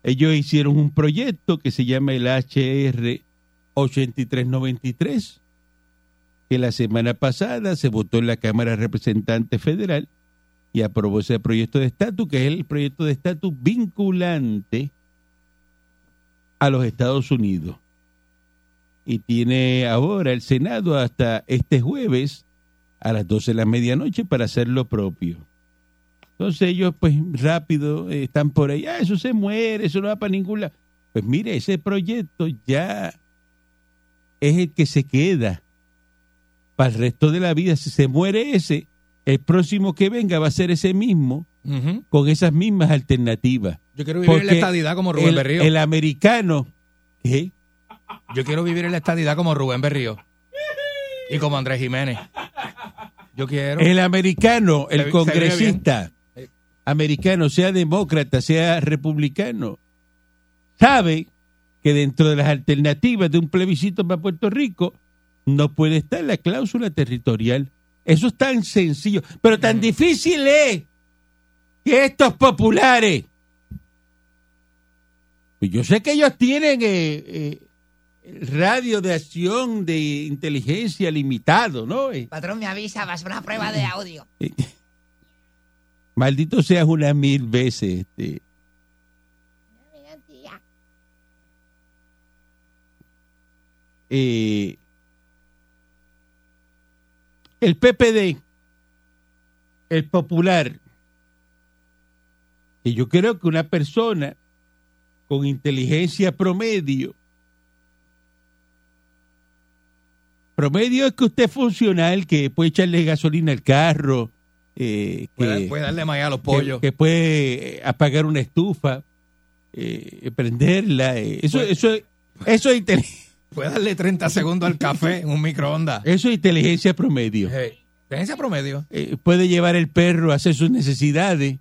[SPEAKER 3] Ellos hicieron un proyecto que se llama el HR 8393, que la semana pasada se votó en la Cámara de Representantes Federal y aprobó ese proyecto de estatus, que es el proyecto de estatus vinculante a los Estados Unidos. Y tiene ahora el Senado hasta este jueves a las 12 de la medianoche para hacer lo propio. Entonces ellos pues rápido eh, están por ahí, ah, eso se muere, eso no va para ningún lado. Pues mire, ese proyecto ya es el que se queda para el resto de la vida. Si se muere ese, el próximo que venga va a ser ese mismo,
[SPEAKER 4] Ujú.
[SPEAKER 3] con esas mismas alternativas.
[SPEAKER 4] Yo quiero vivir en la
[SPEAKER 3] Porque
[SPEAKER 4] estadidad como Rubén
[SPEAKER 3] el,
[SPEAKER 4] Berrío.
[SPEAKER 3] el americano, ¿qué?
[SPEAKER 4] Yo quiero vivir en la estadidad como Rubén Berrío. Y como Andrés Jiménez. Yo quiero.
[SPEAKER 3] El americano,
[SPEAKER 4] Se
[SPEAKER 3] el
[SPEAKER 4] vi-
[SPEAKER 3] congresista, americano, sea demócrata, sea republicano, sabe que dentro de las alternativas de un plebiscito para Puerto Rico no puede estar la cláusula territorial. Eso es tan sencillo, pero tan difícil es que estos populares, pues yo sé que ellos tienen eh, eh, el radio de acción de inteligencia limitado, ¿no? Eh,
[SPEAKER 7] Patrón, me avisa, vas a una prueba de audio.
[SPEAKER 3] Maldito seas una mil veces. Este. Eh, el PPD, el popular, que yo creo que una persona con inteligencia promedio, promedio es que usted es funcional, que puede echarle gasolina al carro, eh,
[SPEAKER 4] Puede,
[SPEAKER 3] que-
[SPEAKER 4] puede darle maíz a los
[SPEAKER 3] que-
[SPEAKER 4] pollos.
[SPEAKER 3] Que, puede eh, apagar una estufa, eh, prenderla. eh, Eso,
[SPEAKER 4] Pues-
[SPEAKER 3] eso, eso, es inteli-
[SPEAKER 4] Puede darle 30 segundos al café en un microondas.
[SPEAKER 3] eso es inteligencia promedio.
[SPEAKER 4] Hey, Tenencia promedio.
[SPEAKER 3] Eh, puede llevar el perro a hacer sus necesidades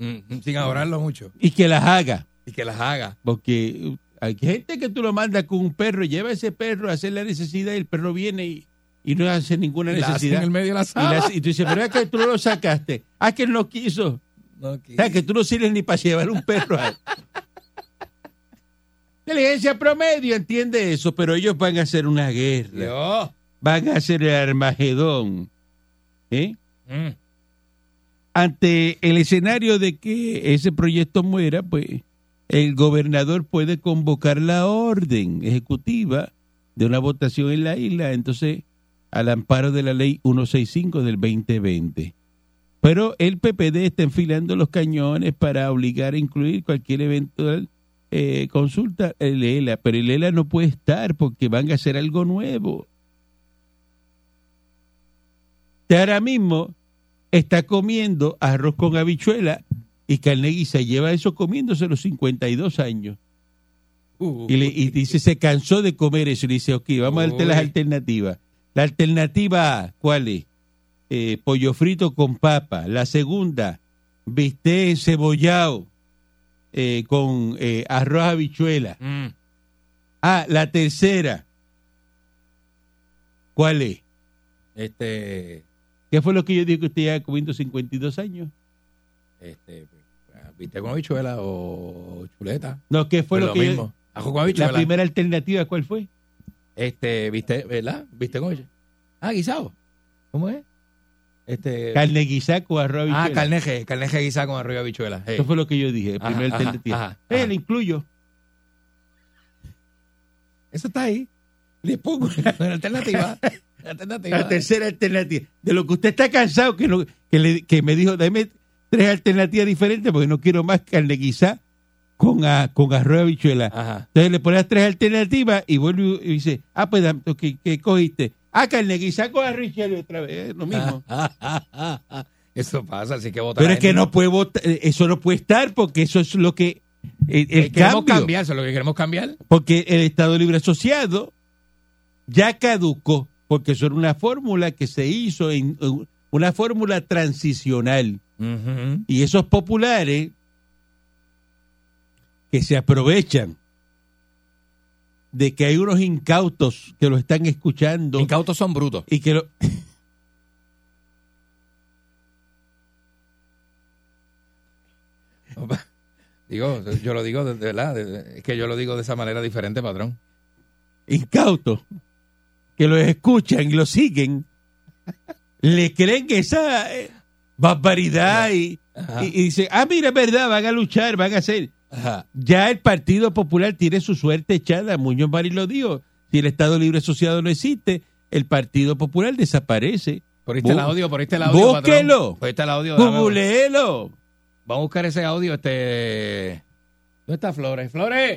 [SPEAKER 3] Mm-hmm.
[SPEAKER 4] Mm, sin ahorrarlo mucho.
[SPEAKER 3] y que las haga.
[SPEAKER 4] Y que las haga.
[SPEAKER 3] Porque hay gente que tú lo mandas con un perro, lleva ese perro a hacer la necesidad y el perro viene y, y no hace ninguna
[SPEAKER 4] Las hace
[SPEAKER 3] necesidad. Ah,
[SPEAKER 4] en el medio de la
[SPEAKER 3] Y, la
[SPEAKER 4] sala.
[SPEAKER 3] hace- y tú dices, pero es que tú no lo sacaste. Ah, que él no quiso.
[SPEAKER 4] No, que-
[SPEAKER 3] O sea, que tú no sirves ni para llevar un perro. a- Inteligencia promedio entiende eso, pero ellos van a hacer una guerra.
[SPEAKER 4] Dios.
[SPEAKER 3] Van a hacer el Armagedón. ¿eh?
[SPEAKER 4] Mm.
[SPEAKER 3] Ante el escenario de que ese proyecto muera, pues el gobernador puede convocar la orden ejecutiva de una votación en la isla, entonces al amparo de la ley 165 del 2020. Pero el PPD está enfilando los cañones para obligar a incluir cualquier eventual eh, consulta el ELA, pero el ELA no puede estar porque van a hacer algo nuevo. Usted ahora mismo está comiendo arroz con habichuela y Carnegie se lleva eso comiéndose los 52 años.
[SPEAKER 4] Uh,
[SPEAKER 3] Y, le, y dice, se cansó de comer eso. Y le dice, ok, vamos a darte las
[SPEAKER 4] Uy.
[SPEAKER 3] alternativas. La alternativa A, ¿cuál es? Eh, pollo frito con papa. La segunda, bistec cebollado con eh, arroz habichuela.
[SPEAKER 4] mm.
[SPEAKER 3] Ah, la tercera, ¿cuál es?
[SPEAKER 4] Este.
[SPEAKER 3] ¿Qué fue lo que yo dije que usted ya comiendo 52 años?
[SPEAKER 4] Este. ah, ¿Viste con habichuela o chuleta?
[SPEAKER 3] No, ¿qué fue
[SPEAKER 4] Es
[SPEAKER 3] lo, que yo-
[SPEAKER 4] Ajo Ah, con
[SPEAKER 3] la
[SPEAKER 4] habichuela.
[SPEAKER 3] primera alternativa cuál fue?
[SPEAKER 4] Este, ¿viste? ¿Verdad? ¿Viste con habichuela? Ah, guisado. ¿Cómo es? Este...
[SPEAKER 3] Carne guisaco arroz
[SPEAKER 4] ah,
[SPEAKER 3] habichuela.
[SPEAKER 4] carneje. Carneje guisado con arroz y habichuela. Hey.
[SPEAKER 3] Eso fue lo que yo dije,
[SPEAKER 4] Ajá,
[SPEAKER 3] primera
[SPEAKER 4] ajá,
[SPEAKER 3] alternativa.
[SPEAKER 4] ajá,
[SPEAKER 3] Eh,
[SPEAKER 4] ajá.
[SPEAKER 3] lo incluyo.
[SPEAKER 4] Eso está ahí. Le pongo la alternativa. La alternativa.
[SPEAKER 3] La tercera alternativa. De lo que usted está cansado, que, no- que, le- que me dijo, dame tres alternativas diferentes porque no quiero más carne guisá con, a- con arroz y habichuela.
[SPEAKER 4] Ajá.
[SPEAKER 3] Entonces le pones tres alternativas y vuelve y dice, ah, pues, dame- ¿qué, qué cogiste? Ah, carne guisá con arroz y habichuela otra vez, eh, lo mismo.
[SPEAKER 4] Ah, ah, ah, ah. Eso pasa, así que votar.
[SPEAKER 3] Pero es que no puede votar, eh, eso no puede estar porque eso es lo que... eh, El, el
[SPEAKER 4] queremos
[SPEAKER 3] cambio.
[SPEAKER 4] cambiar, eso es lo que queremos cambiar.
[SPEAKER 3] Porque el Estado Libre Asociado ya caducó, porque eso era una fórmula que se hizo, en, en una fórmula transicional. Y esos populares que se aprovechan de que hay unos incautos que lo están escuchando
[SPEAKER 4] Incautos son brutos.
[SPEAKER 3] y que lo...
[SPEAKER 4] Digo, yo lo digo de, de verdad, de- de- es que yo lo digo de esa manera diferente, patrón.
[SPEAKER 3] incautos que los escuchan y los siguen, le creen que esa eh, barbaridad y,
[SPEAKER 4] Ajá.
[SPEAKER 3] y- y dicen, ah, mira, es verdad, van a luchar, van a hacer. Ya el Partido Popular tiene su suerte echada, Muñoz Marín lo dijo, si el Estado Libre Asociado no existe, el Partido Popular desaparece.
[SPEAKER 4] Por ahí está el
[SPEAKER 3] Bu-
[SPEAKER 4] audio, por ahí está el audio, patrón.
[SPEAKER 3] Búsquelo.
[SPEAKER 4] Por ahí está el audio. dame-
[SPEAKER 3] ¡Googleelo!
[SPEAKER 4] Vamos a buscar ese audio, este... ¿Dónde está Flores? ¡Flores!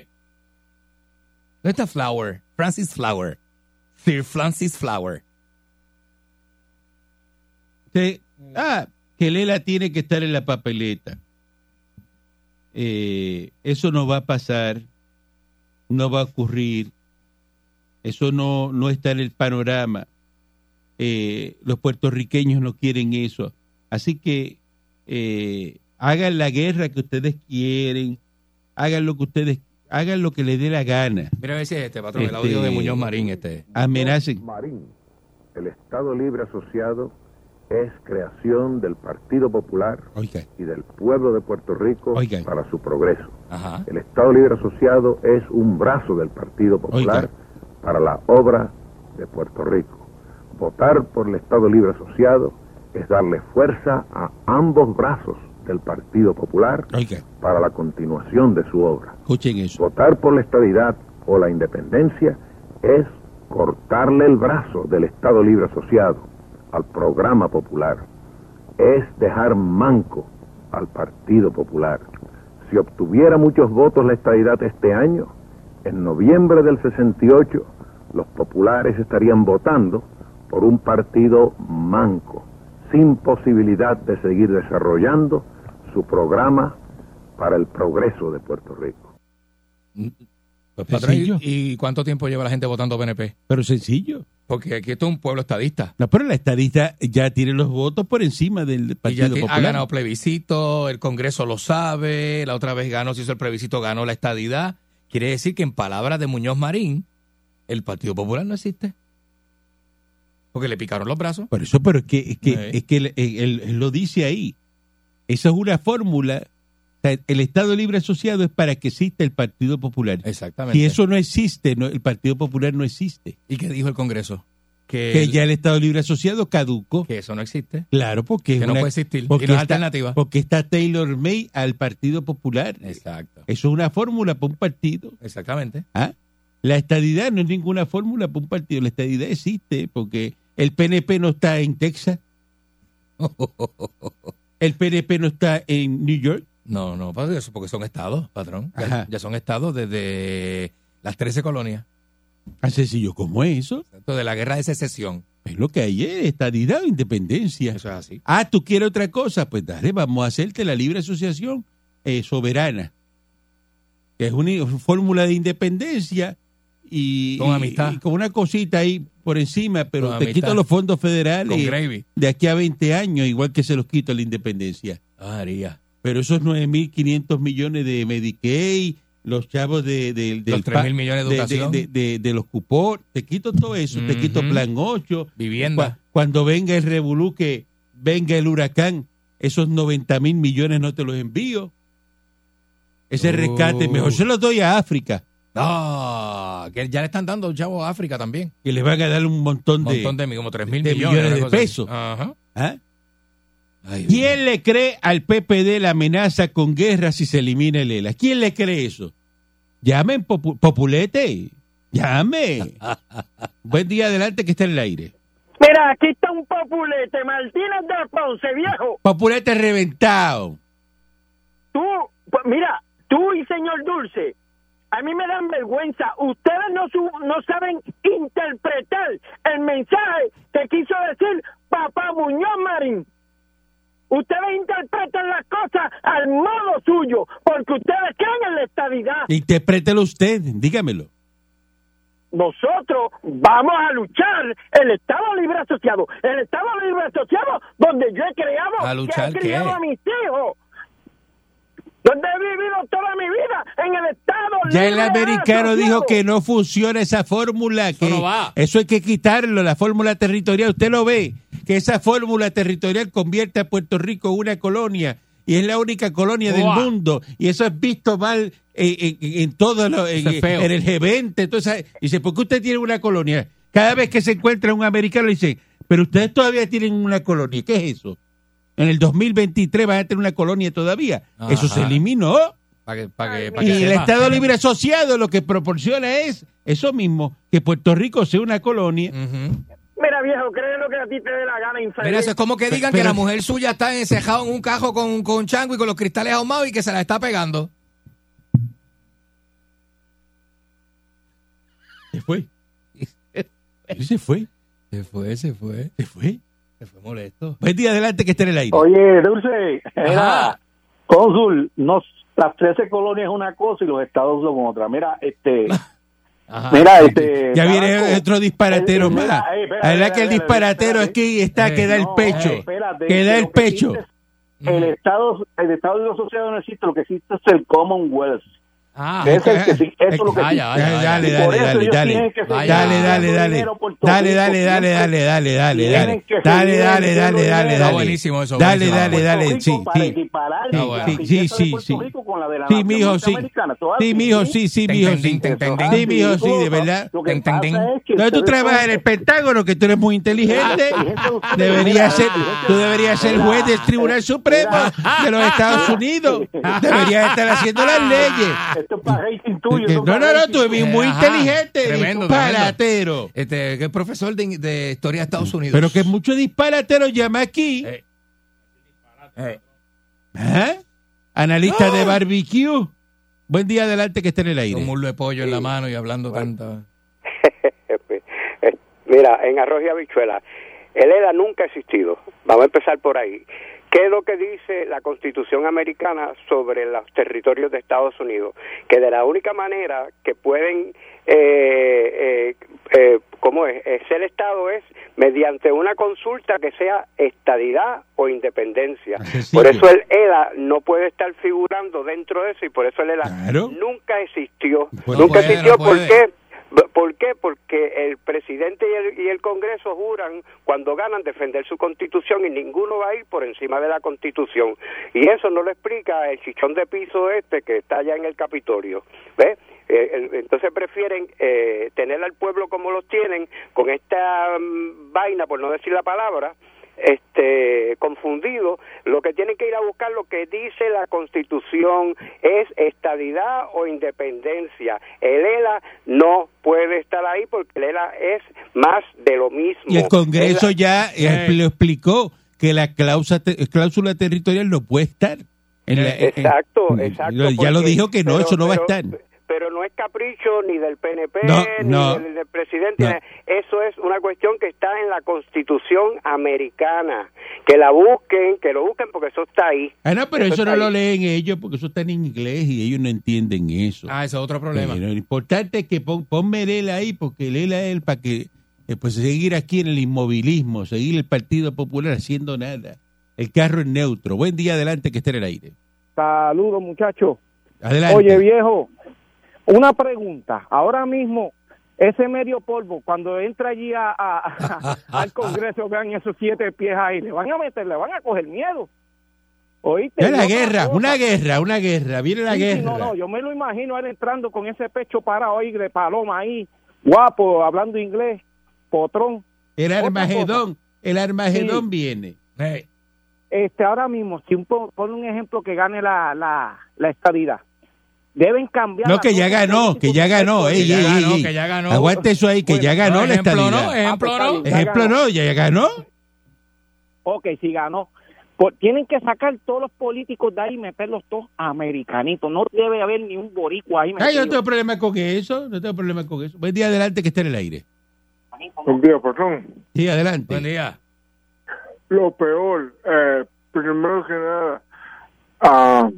[SPEAKER 4] ¿Dónde está Flower? Francis Flower. Sir Francis Flower.
[SPEAKER 3] Te- ah, que Lela tiene que estar en la papeleta. Eh, eso no va a pasar, no va a ocurrir, eso no, no está en el panorama. Eh, los puertorriqueños no quieren eso. Así que eh, hagan la guerra que ustedes quieren, hagan lo que ustedes, hagan lo que les dé la gana.
[SPEAKER 4] Mira a ver si es este, patrón, el
[SPEAKER 3] Este-
[SPEAKER 4] audio de Muñoz Marín, este.
[SPEAKER 3] Amenacen.
[SPEAKER 8] Marín. El Estado Libre Asociado es creación del Partido Popular
[SPEAKER 3] Oiga,
[SPEAKER 8] y del pueblo de Puerto Rico
[SPEAKER 3] Oiga.
[SPEAKER 8] para su progreso.
[SPEAKER 4] Ajá.
[SPEAKER 8] El Estado Libre Asociado es un brazo del Partido Popular para la obra de Puerto Rico. Votar por el Estado Libre Asociado es darle fuerza a ambos brazos del Partido Popular
[SPEAKER 3] oiga,
[SPEAKER 8] para la continuación de su obra.
[SPEAKER 3] escuchen eso.
[SPEAKER 8] Votar por la estadidad o la independencia es cortarle el brazo del Estado Libre Asociado al programa popular. Es dejar manco al Partido Popular. Si obtuviera muchos votos la estadidad este año, en noviembre del 68 los populares estarían votando por un partido manco, sin posibilidad de seguir desarrollando su programa para el progreso de Puerto Rico.
[SPEAKER 4] Pues, patrón, ¿y-
[SPEAKER 3] Sencillo.
[SPEAKER 4] ¿y cuánto tiempo lleva la gente votando PNP?
[SPEAKER 3] Pero sencillo.
[SPEAKER 4] Porque aquí esto es un pueblo estadista.
[SPEAKER 3] No, pero la estadista ya tiene los votos por encima del
[SPEAKER 4] Y ya ah,
[SPEAKER 3] Partido
[SPEAKER 4] ti-
[SPEAKER 3] Popular.
[SPEAKER 4] ha ganado plebiscito, el Congreso lo sabe, la otra vez ganó, se hizo el plebiscito, ganó la estadidad. Quiere decir que en palabras de Muñoz Marín, el Partido Popular no existe. Porque le picaron los brazos.
[SPEAKER 3] Por eso, pero es que, es que,
[SPEAKER 4] Sí.
[SPEAKER 3] es que él, él- él- él lo dice ahí. Esa es una fórmula. O sea, el Estado Libre Asociado es para que exista el Partido Popular.
[SPEAKER 4] Exactamente.
[SPEAKER 3] Si eso no existe, no- el Partido Popular no existe.
[SPEAKER 4] ¿Y qué dijo el Congreso? Que,
[SPEAKER 3] Que
[SPEAKER 4] el-
[SPEAKER 3] ya el Estado Libre Asociado caducó.
[SPEAKER 4] que eso no existe.
[SPEAKER 3] Claro, porque, es
[SPEAKER 4] Que no
[SPEAKER 3] una-
[SPEAKER 4] puede existir.
[SPEAKER 3] porque
[SPEAKER 4] y no es
[SPEAKER 3] está-
[SPEAKER 4] alternativa.
[SPEAKER 3] Porque está Taylor May al Partido Popular.
[SPEAKER 4] Exacto.
[SPEAKER 3] Eso es una fórmula para un partido.
[SPEAKER 4] Exactamente.
[SPEAKER 3] ¿Ah? La estadidad no es ninguna fórmula para un partido. La estadidad existe porque el PNP no está en Texas. El PNP no está en New York.
[SPEAKER 4] No, no, pasa eso porque son estados, patrón. Ya,
[SPEAKER 3] Ajá.
[SPEAKER 4] ya son estados desde las 13 colonias.
[SPEAKER 3] Tan sencillo como es eso.
[SPEAKER 4] Exacto, de la guerra de secesión.
[SPEAKER 3] Es lo que hay es estadidad o independencia.
[SPEAKER 4] Eso es así.
[SPEAKER 3] Ah, tú quieres otra cosa. Pues dale, vamos a hacerte la libre asociación eh, soberana. Que es una fórmula de independencia y,
[SPEAKER 4] Con
[SPEAKER 3] y-
[SPEAKER 4] amistad.
[SPEAKER 3] y con una cosita ahí por encima, pero
[SPEAKER 4] Con
[SPEAKER 3] te
[SPEAKER 4] amistad.
[SPEAKER 3] quito los fondos federales.
[SPEAKER 4] Con gravy.
[SPEAKER 3] de aquí a 20 años, igual que se los quito la independencia.
[SPEAKER 4] Ah, María.
[SPEAKER 3] Pero esos 9.500 millones de Medicaid, los chavos de, de- del
[SPEAKER 4] Los 3.000 millones de educación.
[SPEAKER 3] de, de- de los cupones, te quito todo eso, te quito
[SPEAKER 4] Ujú.
[SPEAKER 3] Plan 8.
[SPEAKER 4] Vivienda.
[SPEAKER 3] cuando venga el revolú, que venga el huracán, esos 90.000 millones no te los envío. Ese rescate,
[SPEAKER 4] Oh.
[SPEAKER 3] mejor se lo doy a África,
[SPEAKER 4] Ah, que ya le están dando chavo a África también.
[SPEAKER 3] que le van a dar un montón
[SPEAKER 4] Un
[SPEAKER 3] de...
[SPEAKER 4] montón de, como 3 mil
[SPEAKER 3] de
[SPEAKER 4] millones,
[SPEAKER 3] millones
[SPEAKER 4] una
[SPEAKER 3] de
[SPEAKER 4] cosa así.
[SPEAKER 3] pesos.
[SPEAKER 4] Ajá.
[SPEAKER 3] ¿Ah?
[SPEAKER 4] Ay, Dios.
[SPEAKER 3] ¿Quién le cree al PPD la amenaza con guerra si se elimina el ELA? ¿Quién le cree eso? Llamen, popu- populete. Llame. Buen día adelante que está en el aire.
[SPEAKER 9] Mira, aquí está un populete, Martínez de Ponce, viejo.
[SPEAKER 3] Populete reventado.
[SPEAKER 9] Tú, pues, mira, tú y señor Dulce, a mí me dan vergüenza. Ustedes no, su- no saben interpretar el mensaje que quiso decir Papá Muñoz Marín. Ustedes interpretan las cosas al modo suyo, porque ustedes creen en la estabilidad.
[SPEAKER 3] Interprételo usted, dígamelo.
[SPEAKER 9] nosotros vamos a luchar el Estado Libre Asociado, el Estado Libre Asociado donde yo he creado,
[SPEAKER 4] ¿A luchar
[SPEAKER 9] que he criado
[SPEAKER 4] qué?
[SPEAKER 9] a mis hijos, donde he vivido toda mi vida en el Estado
[SPEAKER 3] Ya
[SPEAKER 9] Libre
[SPEAKER 3] el americano
[SPEAKER 9] Asociado.
[SPEAKER 3] dijo que no funciona esa fórmula. Que
[SPEAKER 5] no va.
[SPEAKER 3] Eso hay que quitarlo, la fórmula territorial. Usted lo ve, que esa fórmula territorial convierte a Puerto Rico en una colonia y es la única colonia del
[SPEAKER 5] Ua.
[SPEAKER 3] mundo. Y eso es visto mal eh, en, en todo lo- en,
[SPEAKER 5] Eso es feo.
[SPEAKER 3] en el G20. Entonces, dice, ¿por qué usted tiene una colonia? Cada vez que se encuentra un americano le dicen, pero ustedes todavía tienen una colonia. ¿Qué es eso? En el 2023 van a tener una colonia todavía. Eso se
[SPEAKER 4] Ajá.
[SPEAKER 3] eliminó.
[SPEAKER 4] Para que, para que, para
[SPEAKER 3] Y
[SPEAKER 4] que
[SPEAKER 3] el
[SPEAKER 4] sepa.
[SPEAKER 3] Estado Libre Asociado lo que proporciona es eso mismo, que Puerto Rico sea una colonia.
[SPEAKER 4] Ujú.
[SPEAKER 9] Mira viejo, cree lo que a ti te dé la gana, infeliz.
[SPEAKER 4] Mira, eso es como que digan
[SPEAKER 3] Pero-
[SPEAKER 4] que la mujer suya está encejada en un cajo con, con chango y con los cristales ahumados y que se la está pegando.
[SPEAKER 3] Se fue. Se fue.
[SPEAKER 4] Se fue, se fue.
[SPEAKER 3] Se fue.
[SPEAKER 4] Se fue molesto.
[SPEAKER 3] Buen día Pues, adelante que esté en el aire.
[SPEAKER 10] Oye, Dulce,
[SPEAKER 4] Ajá.
[SPEAKER 10] era, cónsul, no, las 13 colonias es una cosa y los estados son otra. Mira, este,
[SPEAKER 4] Ajá.
[SPEAKER 10] mira, este.
[SPEAKER 3] Ah, ya viene
[SPEAKER 10] Naranjo,
[SPEAKER 3] otro disparatero
[SPEAKER 10] eh, mira,
[SPEAKER 3] más.
[SPEAKER 10] eh, espera,
[SPEAKER 3] La verdad
[SPEAKER 10] espera,
[SPEAKER 3] que el
[SPEAKER 10] espera,
[SPEAKER 3] disparatero
[SPEAKER 10] espera,
[SPEAKER 3] es que está,
[SPEAKER 4] Eh,
[SPEAKER 3] que da el
[SPEAKER 10] no, eh,
[SPEAKER 3] pecho.
[SPEAKER 10] espérate,
[SPEAKER 3] Que da
[SPEAKER 10] lo
[SPEAKER 3] el pecho.
[SPEAKER 10] existe es- El estado, el estado de los asociados no existe, lo que existe es el Commonwealth.
[SPEAKER 4] Ah,
[SPEAKER 10] Ese es el que sí- eso es lo que
[SPEAKER 4] vaya,
[SPEAKER 10] existe.
[SPEAKER 4] vaya,
[SPEAKER 3] Dale,
[SPEAKER 10] Y
[SPEAKER 4] vaya.
[SPEAKER 10] por
[SPEAKER 3] dale,
[SPEAKER 10] eso
[SPEAKER 3] dale,
[SPEAKER 10] ellos
[SPEAKER 3] dale.
[SPEAKER 10] tienen que seguir
[SPEAKER 3] Dale, dale,
[SPEAKER 10] dando
[SPEAKER 3] dale.
[SPEAKER 10] dinero a Puerto
[SPEAKER 3] Dale,
[SPEAKER 10] Rico,
[SPEAKER 3] dale, dale,
[SPEAKER 10] siempre
[SPEAKER 3] dale, dale, dale, dale.
[SPEAKER 10] tienen que
[SPEAKER 3] Dale,
[SPEAKER 10] seguir
[SPEAKER 3] dale, dale,
[SPEAKER 10] dando
[SPEAKER 3] dale,
[SPEAKER 10] dinero
[SPEAKER 4] Está
[SPEAKER 3] dale.
[SPEAKER 4] buenísimo eso,
[SPEAKER 3] Dale,
[SPEAKER 4] buenísimo.
[SPEAKER 3] dale,
[SPEAKER 10] Puerto
[SPEAKER 3] dale.
[SPEAKER 10] Rico
[SPEAKER 3] Sí,
[SPEAKER 10] para
[SPEAKER 3] sí. Ah,
[SPEAKER 10] equiparar
[SPEAKER 4] Sí,
[SPEAKER 10] la
[SPEAKER 4] bueno.
[SPEAKER 10] riqueza
[SPEAKER 3] Sí,
[SPEAKER 10] de
[SPEAKER 3] sí,
[SPEAKER 10] Puerto
[SPEAKER 3] sí.
[SPEAKER 10] Rico con la de la
[SPEAKER 3] Sí,
[SPEAKER 10] nación
[SPEAKER 3] mijo, sí.
[SPEAKER 10] norteamericana. Todo
[SPEAKER 3] Sí,
[SPEAKER 10] así,
[SPEAKER 3] mijo, sí, sí,
[SPEAKER 4] Te
[SPEAKER 3] mijo, sí.
[SPEAKER 4] entendí, te entendí.
[SPEAKER 3] Sí, mijo, sí, de
[SPEAKER 10] Eso,
[SPEAKER 3] verdad.
[SPEAKER 10] Lo que
[SPEAKER 4] Ten, ten,
[SPEAKER 10] pasa
[SPEAKER 4] ten.
[SPEAKER 10] es que
[SPEAKER 3] No, tú
[SPEAKER 10] ustedes
[SPEAKER 3] trabajas en el
[SPEAKER 10] son-
[SPEAKER 3] Pentágono, que tú eres muy inteligente. Deberías ser, tú deberías ser juez del Tribunal Supremo de los Estados Unidos. Deberías estar haciendo las leyes.
[SPEAKER 10] Esto este es para rating tuyo.
[SPEAKER 3] Eh, No,
[SPEAKER 10] esto es
[SPEAKER 3] no,
[SPEAKER 10] para
[SPEAKER 3] no,
[SPEAKER 10] rating
[SPEAKER 3] tú eres muy
[SPEAKER 4] Ajá,
[SPEAKER 3] inteligente.
[SPEAKER 4] tremendo,
[SPEAKER 3] disparatero.
[SPEAKER 4] Este, que es profesor de, de historia de Estados Unidos.
[SPEAKER 3] Pero que mucho disparatero llama aquí.
[SPEAKER 4] Eh. Eh.
[SPEAKER 3] ¿Ah? Analista de barbecue. Buen día adelante que esté en el
[SPEAKER 4] Con un
[SPEAKER 3] aire.
[SPEAKER 4] muslo de pollo en la mano y hablando tanta.
[SPEAKER 11] Mira, en arroz y habichuela, el ELA nunca ha existido. Vamos a empezar por ahí. ¿Qué es lo que dice la Constitución americana sobre los territorios de Estados Unidos? Que de la única manera que pueden, eh, eh, eh, ¿cómo es?, Eh, ser Estado es mediante una consulta que sea estadidad o independencia.
[SPEAKER 3] Así
[SPEAKER 11] Por
[SPEAKER 3] es.
[SPEAKER 11] eso el ELA no puede estar figurando dentro de eso y por eso el ELA
[SPEAKER 3] Claro.
[SPEAKER 11] nunca existió.
[SPEAKER 3] Pues
[SPEAKER 11] nunca
[SPEAKER 4] no puede,
[SPEAKER 11] existió
[SPEAKER 4] no puede.
[SPEAKER 11] porque B- ¿Por qué? Porque el presidente y el, y el Congreso juran cuando ganan defender su constitución y ninguno va a ir por encima de la constitución. Y eso no lo explica el chichón de piso este que está allá en el Capitolio. ¿Ves? Eh, el- entonces prefieren eh, tener al pueblo como los tienen con esta mm, vaina, por no decir la palabra, este confundido, lo que tienen que ir a buscar lo que dice la Constitución es estadidad o independencia. El ELA no puede estar ahí porque el ELA es más de lo mismo.
[SPEAKER 3] Y el Congreso
[SPEAKER 11] ELA-
[SPEAKER 3] ya eh, lo explicó que la cláusula, te- cláusula territorial no puede estar. en la- en-
[SPEAKER 11] Exacto,
[SPEAKER 3] en-
[SPEAKER 11] exacto.
[SPEAKER 3] eh, lo- ya lo
[SPEAKER 11] porque-
[SPEAKER 3] dijo que no,
[SPEAKER 11] pero-
[SPEAKER 3] eso no va a
[SPEAKER 11] pero- eh,
[SPEAKER 3] estar.
[SPEAKER 11] Pero no es capricho ni del PNP,
[SPEAKER 3] No,
[SPEAKER 11] ni
[SPEAKER 3] no,
[SPEAKER 11] del, del presidente.
[SPEAKER 3] no.
[SPEAKER 11] Eso es una cuestión que está en la Constitución americana. Que la busquen, que lo busquen porque eso está ahí.
[SPEAKER 3] Ah, no, pero
[SPEAKER 11] Eso
[SPEAKER 3] eso no
[SPEAKER 11] está
[SPEAKER 3] lo
[SPEAKER 11] ahí.
[SPEAKER 3] leen ellos porque eso está en inglés y ellos no entienden eso.
[SPEAKER 4] Ah, ese es otro problema.
[SPEAKER 3] Pero lo importante es que pon, ponme el ELA ahí porque el ELA es el para que eh, pues seguir aquí en el inmovilismo, seguir el Partido Popular haciendo nada. El carro es neutro. Buen día adelante que esté en el aire.
[SPEAKER 9] Saludos muchachos.
[SPEAKER 3] Adelante.
[SPEAKER 9] Oye, viejo, una pregunta. Ahora mismo, ese medio polvo, cuando entra allí a, a- a- al Congreso, vean esos siete pies ahí, le van a meter, le van a coger miedo. ¿Oíste?
[SPEAKER 3] Ya la
[SPEAKER 9] No,
[SPEAKER 3] guerra,
[SPEAKER 9] no,
[SPEAKER 3] una guerra, una guerra, viene la
[SPEAKER 9] sí, sí,
[SPEAKER 3] guerra.
[SPEAKER 9] No, no, yo me lo imagino a él entrando con ese pecho parado ahí de paloma ahí, guapo, hablando inglés, potrón.
[SPEAKER 3] El
[SPEAKER 9] Otra
[SPEAKER 3] Armagedón, el Armagedón
[SPEAKER 9] Sí.
[SPEAKER 3] viene.
[SPEAKER 9] Este, ahora mismo, si un, po- pon un ejemplo que gane la, la, la estadidad, deben cambiar.
[SPEAKER 3] No,
[SPEAKER 9] la
[SPEAKER 3] que ya
[SPEAKER 9] cosa.
[SPEAKER 3] ganó, que ya ganó.
[SPEAKER 9] Que
[SPEAKER 3] Ey,
[SPEAKER 9] ya
[SPEAKER 3] ey,
[SPEAKER 9] ganó,
[SPEAKER 3] ey,
[SPEAKER 9] que ya ganó.
[SPEAKER 3] Aguante eso ahí, que ya ganó la estadidad.
[SPEAKER 9] ejemplo no.
[SPEAKER 3] Ejemplo no, ya, ya ganó.
[SPEAKER 9] Ok, si ganó. Por- tienen que sacar todos los políticos de ahí y meterlos todos americanitos. No debe haber ni un boricua ahí.
[SPEAKER 3] Ay, yo no
[SPEAKER 9] metido.
[SPEAKER 3] tengo problema con eso, no tengo problema con eso. Buen día, adelante, que está en el aire.
[SPEAKER 12] Buen día, patrón.
[SPEAKER 3] Sí, adelante.
[SPEAKER 12] Buen día. Lo peor, eh, primero que nada, ah,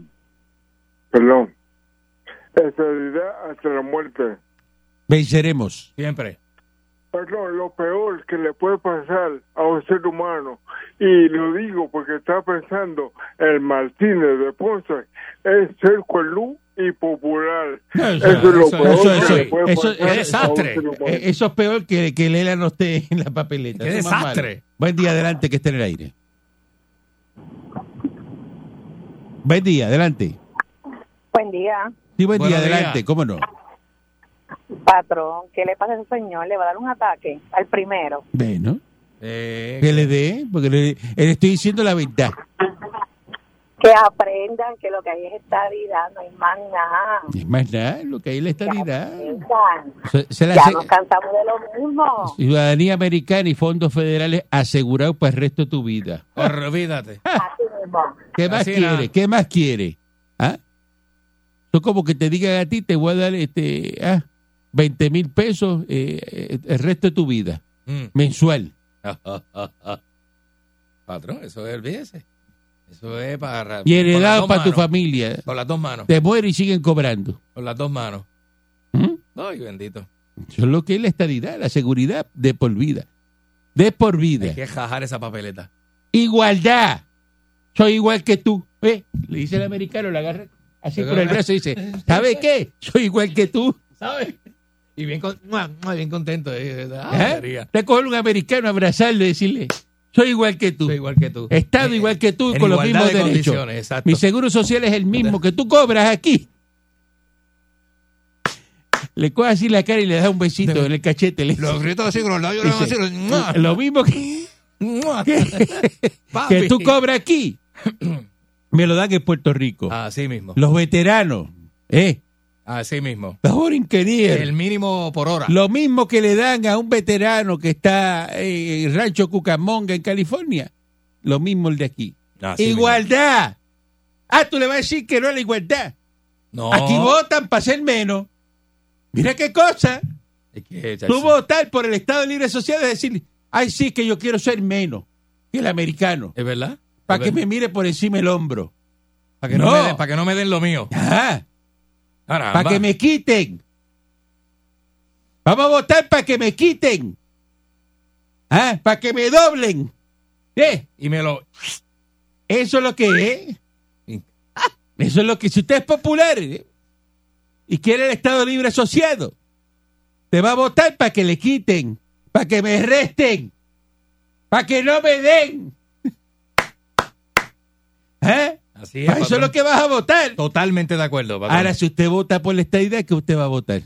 [SPEAKER 12] perdón, estabilidad hasta la muerte.
[SPEAKER 3] Venceremos.
[SPEAKER 4] Siempre.
[SPEAKER 12] Perdón, lo peor que le puede pasar a un ser humano, y lo digo porque está pensando el Martínez de Ponce, es ser cuelú y popular. eso, es lo peor
[SPEAKER 3] eso,
[SPEAKER 12] que
[SPEAKER 3] eso,
[SPEAKER 12] le puede
[SPEAKER 3] eso,
[SPEAKER 12] pasar a un
[SPEAKER 3] desastre.
[SPEAKER 12] ser humano.
[SPEAKER 3] Eh, Eso es peor que, que Lela no esté en la papeleta.
[SPEAKER 12] ¡Qué
[SPEAKER 3] Eso es más
[SPEAKER 12] desastre!
[SPEAKER 3] malo. Buen día, adelante, que esté en el aire. Buen día, adelante.
[SPEAKER 13] Buen día,
[SPEAKER 3] Sí, buen día,
[SPEAKER 4] Buenos días.
[SPEAKER 3] adelante, cómo no.
[SPEAKER 13] patrón. ¿Qué le pasa a ese señor? Le va a dar un ataque al primero.
[SPEAKER 3] Bueno.
[SPEAKER 4] Eh,
[SPEAKER 3] que le dé, porque le, le estoy diciendo la verdad.
[SPEAKER 13] Que aprendan que lo que hay es estabilidad, no hay más nada.
[SPEAKER 3] Es más nada, lo que hay es la estadidad.
[SPEAKER 13] Aprendan.
[SPEAKER 3] Se, se la
[SPEAKER 13] ya
[SPEAKER 3] se-
[SPEAKER 13] nos cansamos de lo mismo.
[SPEAKER 3] ciudadanía americana y fondos federales asegurados para el resto de tu vida.
[SPEAKER 4] Olvídate.
[SPEAKER 13] Así mismo.
[SPEAKER 3] ¿Qué más
[SPEAKER 4] Así
[SPEAKER 3] quiere?
[SPEAKER 4] nada.
[SPEAKER 3] ¿Qué más quiere? ¿Ah? Yo como que te digan a ti, te voy a dar este, ah, 20 mil pesos eh, eh, el resto de tu vida,
[SPEAKER 4] Mm.
[SPEAKER 3] mensual.
[SPEAKER 4] Patrón, eso es, olvídese. Eso es para...
[SPEAKER 3] Y
[SPEAKER 4] con las
[SPEAKER 3] heredado
[SPEAKER 4] dos
[SPEAKER 3] para tu
[SPEAKER 4] manos.
[SPEAKER 3] familia.
[SPEAKER 4] Con las dos manos.
[SPEAKER 3] Te mueres y siguen cobrando.
[SPEAKER 4] Con las dos manos.
[SPEAKER 3] ¿Mm?
[SPEAKER 4] Ay, bendito.
[SPEAKER 3] Eso es lo que es la estadidad, la seguridad de por vida. De por vida.
[SPEAKER 4] Hay que jajar esa papeleta.
[SPEAKER 3] Igualdad. Soy igual que tú. ¿Eh? Le dice el americano, la agarra así
[SPEAKER 4] Yo
[SPEAKER 3] por el
[SPEAKER 4] creo
[SPEAKER 3] brazo
[SPEAKER 4] que-
[SPEAKER 3] y dice, ¿sabes qué? Soy igual que tú.
[SPEAKER 4] ¿Sabes? Y bien, con- mua, mua, bien contento. eh, ah,
[SPEAKER 3] ¿Eh?
[SPEAKER 4] María.
[SPEAKER 3] Te coger un americano, abrazarlo y decirle, soy igual que tú.
[SPEAKER 4] Soy igual que tú. Eh,
[SPEAKER 3] He estado igual que tú
[SPEAKER 4] en
[SPEAKER 3] con los mismos
[SPEAKER 4] igualdad de
[SPEAKER 3] derechos.
[SPEAKER 4] condiciones, exacto.
[SPEAKER 3] Mi seguro social es el mismo que tú cobras aquí. Le coge así la cara y le da un besito en el cachete. Le
[SPEAKER 4] eh, Los
[SPEAKER 3] dice,
[SPEAKER 4] gritos así con los labios.
[SPEAKER 3] dice,
[SPEAKER 4] así, los- ¡mua!
[SPEAKER 3] lo mismo que,
[SPEAKER 4] ¡mua! Papi.
[SPEAKER 3] que tú cobras aquí, me lo dan en Puerto Rico.
[SPEAKER 4] Así mismo.
[SPEAKER 3] Los veteranos, ¿eh?
[SPEAKER 4] Así mismo.
[SPEAKER 3] los borinquerías,
[SPEAKER 4] El mínimo por hora.
[SPEAKER 3] lo mismo que le dan a un veterano que está eh, en Rancho Cucamonga, en California, lo mismo el de aquí.
[SPEAKER 4] Así
[SPEAKER 3] igualdad. Ah, tú le vas a decir que no es la igualdad.
[SPEAKER 4] No.
[SPEAKER 3] Aquí votan para ser menos. Mira qué cosa.
[SPEAKER 4] Es que,
[SPEAKER 3] Tú votar por el Estado Libre Social es decir, ay, sí, que yo quiero ser menos que el americano,
[SPEAKER 4] ¿Es verdad?
[SPEAKER 3] para que me mire por encima el hombro.
[SPEAKER 4] Para que, no.
[SPEAKER 3] No.
[SPEAKER 4] me den, para que no me den lo mío.
[SPEAKER 3] Ajá.
[SPEAKER 4] Caramba.
[SPEAKER 3] para que me quiten. Vamos a votar para que me quiten. ¿Ah? Para que me doblen. ¿Eh?
[SPEAKER 4] Y me lo...
[SPEAKER 3] Eso es lo que es. Eso es lo que, si usted es popular ¿eh? y quiere el Estado Libre Asociado, te va a votar para que le quiten, para que me resten, para que no me den. ¿Eh?
[SPEAKER 4] Así es,
[SPEAKER 3] Pa' eso es
[SPEAKER 4] patrón.
[SPEAKER 3] lo que vas a votar.
[SPEAKER 4] Totalmente de acuerdo, patrón.
[SPEAKER 3] Ahora, si usted vota por la idea que usted va a votar?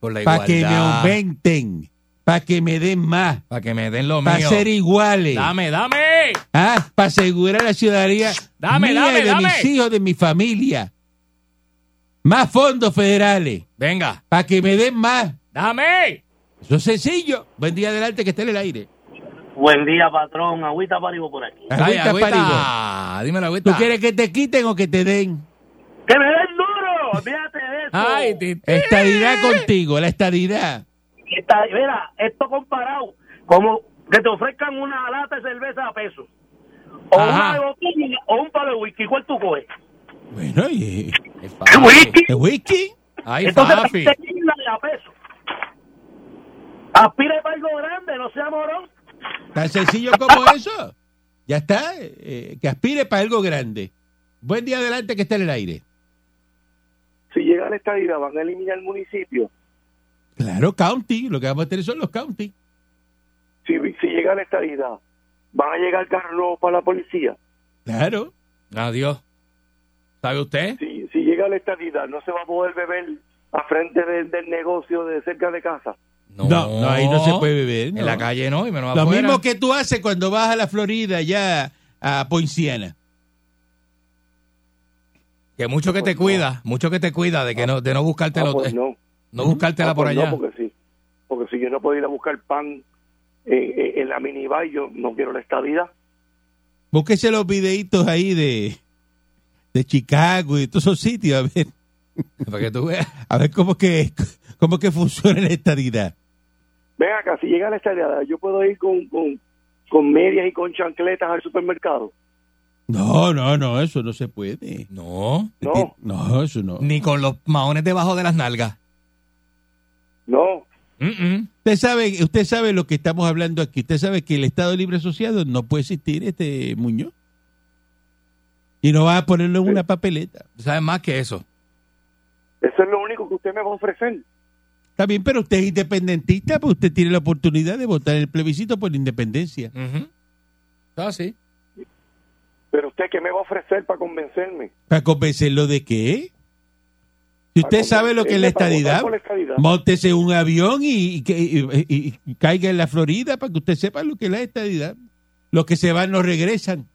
[SPEAKER 4] Por la
[SPEAKER 3] Para que me
[SPEAKER 4] igualdad.
[SPEAKER 3] aumenten, para que me den más,
[SPEAKER 4] Para que me den lo
[SPEAKER 3] para
[SPEAKER 4] mío.
[SPEAKER 3] ser iguales,
[SPEAKER 4] Dame, dame.
[SPEAKER 3] para asegurar la ciudadanía
[SPEAKER 4] Dame,
[SPEAKER 3] mía
[SPEAKER 4] dame,
[SPEAKER 3] y de
[SPEAKER 4] dame.
[SPEAKER 3] mis hijos, de mi familia. Más fondos federales,
[SPEAKER 4] Venga,
[SPEAKER 3] para que me den más.
[SPEAKER 4] dame.
[SPEAKER 3] Eso es sencillo. Buen día adelante, que esté en el aire.
[SPEAKER 14] Buen día, patrón. Agüita paribo por aquí.
[SPEAKER 4] Ay,
[SPEAKER 3] Agüita,
[SPEAKER 4] agüita.
[SPEAKER 3] parigo.
[SPEAKER 4] Dímelo,
[SPEAKER 3] ¿Tú
[SPEAKER 4] agüita.
[SPEAKER 3] quieres que te quiten o que te den? Oh.
[SPEAKER 14] ¡Que me den duro! Fíjate de eso.
[SPEAKER 4] Ay, ti-
[SPEAKER 3] Estadidad contigo, la estadidad.
[SPEAKER 14] Está- mira, esto comparado, como que te ofrezcan una lata de cerveza a peso. O
[SPEAKER 3] Ajá.
[SPEAKER 14] una de botella o un palo de whisky. ¿Cuál tú coges?
[SPEAKER 3] Bueno, y-
[SPEAKER 4] Es
[SPEAKER 14] whisky!
[SPEAKER 3] ¿El whisky?
[SPEAKER 4] Ay,
[SPEAKER 14] Entonces,
[SPEAKER 4] papi.
[SPEAKER 14] la tequila de a peso. Aspira para algo grande, no sea morón.
[SPEAKER 3] Tan sencillo como eso. Ya está. eh, que aspire para algo grande. Buen día adelante que está en el aire.
[SPEAKER 15] Si llega la estadidad, van a eliminar el municipio.
[SPEAKER 3] Claro, county. Lo que vamos a tener son los county.
[SPEAKER 15] Si, si llega la estadidad, van a llegar carros nuevos para la policía.
[SPEAKER 3] Claro.
[SPEAKER 4] Adiós. ¿Sabe usted?
[SPEAKER 15] Si, si llega la estadidad, no se va a poder beber a frente del- del negocio de cerca de casa.
[SPEAKER 3] No, no, ahí no se puede beber.
[SPEAKER 4] En la calle no, y menos
[SPEAKER 3] Lo
[SPEAKER 4] afuera.
[SPEAKER 3] mismo que tú haces cuando vas a la Florida, ya a Poinciana.
[SPEAKER 4] Que mucho que te cuida, mucho que te cuida de que no, de no buscártelo.
[SPEAKER 15] Ah, pues
[SPEAKER 4] eh,
[SPEAKER 15] no.
[SPEAKER 4] no buscártela
[SPEAKER 15] Ah,
[SPEAKER 4] por
[SPEAKER 15] pues no,
[SPEAKER 4] allá.
[SPEAKER 15] porque sí. Porque si yo no puedo ir a buscar pan eh, eh, en la minibar, yo no quiero la estadidad.
[SPEAKER 3] Búsquese los videitos ahí de, de Chicago y todos esos sitios, a ver.
[SPEAKER 4] Para que tú veas.
[SPEAKER 3] A ver cómo que, cómo que funciona la estadidad.
[SPEAKER 15] Ven acá, si llega la estadidad, yo puedo ir con, con, con medias y con chancletas al supermercado.
[SPEAKER 3] No, no, no, eso no se puede.
[SPEAKER 4] No.
[SPEAKER 15] No,
[SPEAKER 3] No, eso no.
[SPEAKER 4] Ni con los maones debajo de las nalgas.
[SPEAKER 15] no.
[SPEAKER 4] Mm-mm.
[SPEAKER 3] Usted sabe, usted sabe lo que estamos hablando aquí. Usted sabe que el Estado Libre Asociado no puede existir, este Muñoz. Y no va a ponerlo en una papeleta.
[SPEAKER 4] Tú sabes más que eso.
[SPEAKER 15] Eso es lo único que usted me va a ofrecer.
[SPEAKER 3] Está bien, pero usted es independentista, pues usted tiene la oportunidad de votar en el plebiscito por la independencia.
[SPEAKER 4] Ah, sí.
[SPEAKER 15] Pero usted, ¿qué me va a ofrecer para convencerme?
[SPEAKER 3] ¿Para convencerlo de qué? Si usted
[SPEAKER 15] Para
[SPEAKER 3] sabe lo que es la
[SPEAKER 15] convencerme para votar
[SPEAKER 3] estadidad,
[SPEAKER 15] por la estadidad.
[SPEAKER 3] móntese en un avión y, y que- y- y- y caiga en la Florida para que usted sepa lo que es la estadidad. Los que se van no regresan.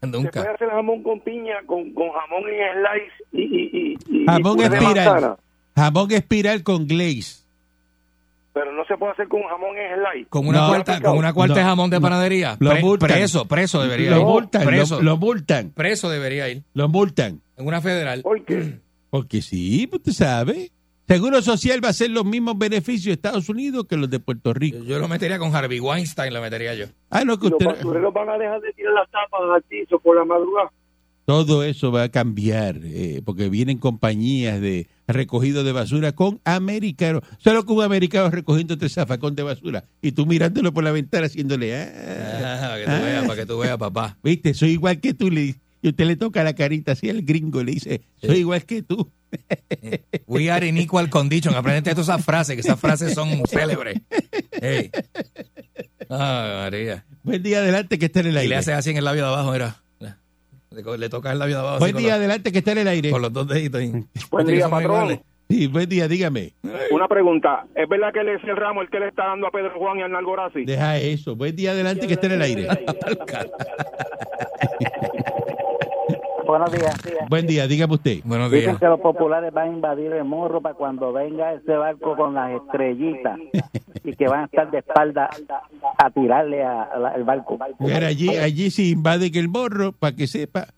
[SPEAKER 15] Se puede hacer jamón con piña, con, con jamón en slice y, y, y, y
[SPEAKER 3] Jamón
[SPEAKER 15] y puré de
[SPEAKER 3] espiral.
[SPEAKER 15] manzana.
[SPEAKER 3] Jamón espiral con glaze.
[SPEAKER 15] Pero no se puede hacer con jamón en slice.
[SPEAKER 4] Con una
[SPEAKER 3] No,
[SPEAKER 4] cuarta, con una cuarta
[SPEAKER 3] no,
[SPEAKER 4] de jamón de
[SPEAKER 3] no.
[SPEAKER 4] panadería.
[SPEAKER 3] Lo
[SPEAKER 4] Pre-
[SPEAKER 3] multan.
[SPEAKER 4] preso, preso debería
[SPEAKER 3] Lo
[SPEAKER 4] ir.
[SPEAKER 3] multan,
[SPEAKER 4] preso,
[SPEAKER 3] lo, lo multan,
[SPEAKER 4] preso debería ir.
[SPEAKER 3] lo multan.
[SPEAKER 4] En una federal.
[SPEAKER 15] ¿Por qué?
[SPEAKER 3] Porque sí, pues usted sabe. Seguro Social va a ser los mismos beneficios de Estados Unidos que los de Puerto Rico.
[SPEAKER 4] Yo lo metería con Harvey Weinstein, lo metería yo.
[SPEAKER 3] Ah, no, que
[SPEAKER 15] Los
[SPEAKER 3] usted-
[SPEAKER 15] basureros van a dejar de tirar las tapas al piso por la madrugada.
[SPEAKER 3] Todo eso va a cambiar, eh, porque vienen compañías de recogido de basura con americanos. Solo con un americano recogiendo este zafacón de basura. Y tú mirándolo por la ventana haciéndole... ah.
[SPEAKER 4] Ah, para que tú veas, para que tú veas, papá.
[SPEAKER 3] Viste, soy igual que tú. Le, y usted le toca la carita así al gringo y le dice, soy igual que tú.
[SPEAKER 4] We are in equal condition. Aprendete todas esas frases, que esas frases son célebres. Ey. Ah, María.
[SPEAKER 3] Buen día adelante que está en el
[SPEAKER 4] Y le
[SPEAKER 3] aire.
[SPEAKER 4] haces así en el labio de abajo, mira. Le, co- le tocas el labio de abajo. así
[SPEAKER 3] Buen
[SPEAKER 4] con
[SPEAKER 3] día
[SPEAKER 4] los-
[SPEAKER 3] adelante que está en el aire.
[SPEAKER 4] con los dos deditos. ahí.
[SPEAKER 10] Buen
[SPEAKER 4] Porque
[SPEAKER 10] día,
[SPEAKER 4] somos
[SPEAKER 10] patrón.
[SPEAKER 4] iguales.
[SPEAKER 3] Sí, buen día, dígame.
[SPEAKER 10] Una pregunta. ¿Es verdad que le es el ramo el que le está dando a Pedro Juan y a Hernán Gorazzi?
[SPEAKER 3] Deja eso. Buen día adelante que está en el aire.
[SPEAKER 16] Buenos días.
[SPEAKER 3] Buen día, dígame usted.
[SPEAKER 4] Buenos
[SPEAKER 16] Dicen
[SPEAKER 4] días.
[SPEAKER 16] que los populares van a invadir el morro para cuando venga ese barco con las estrellitas y que van a estar de espalda a tirarle a- a la- al barco.
[SPEAKER 3] Mira, allí, allí se invade que el morro, para que sepa,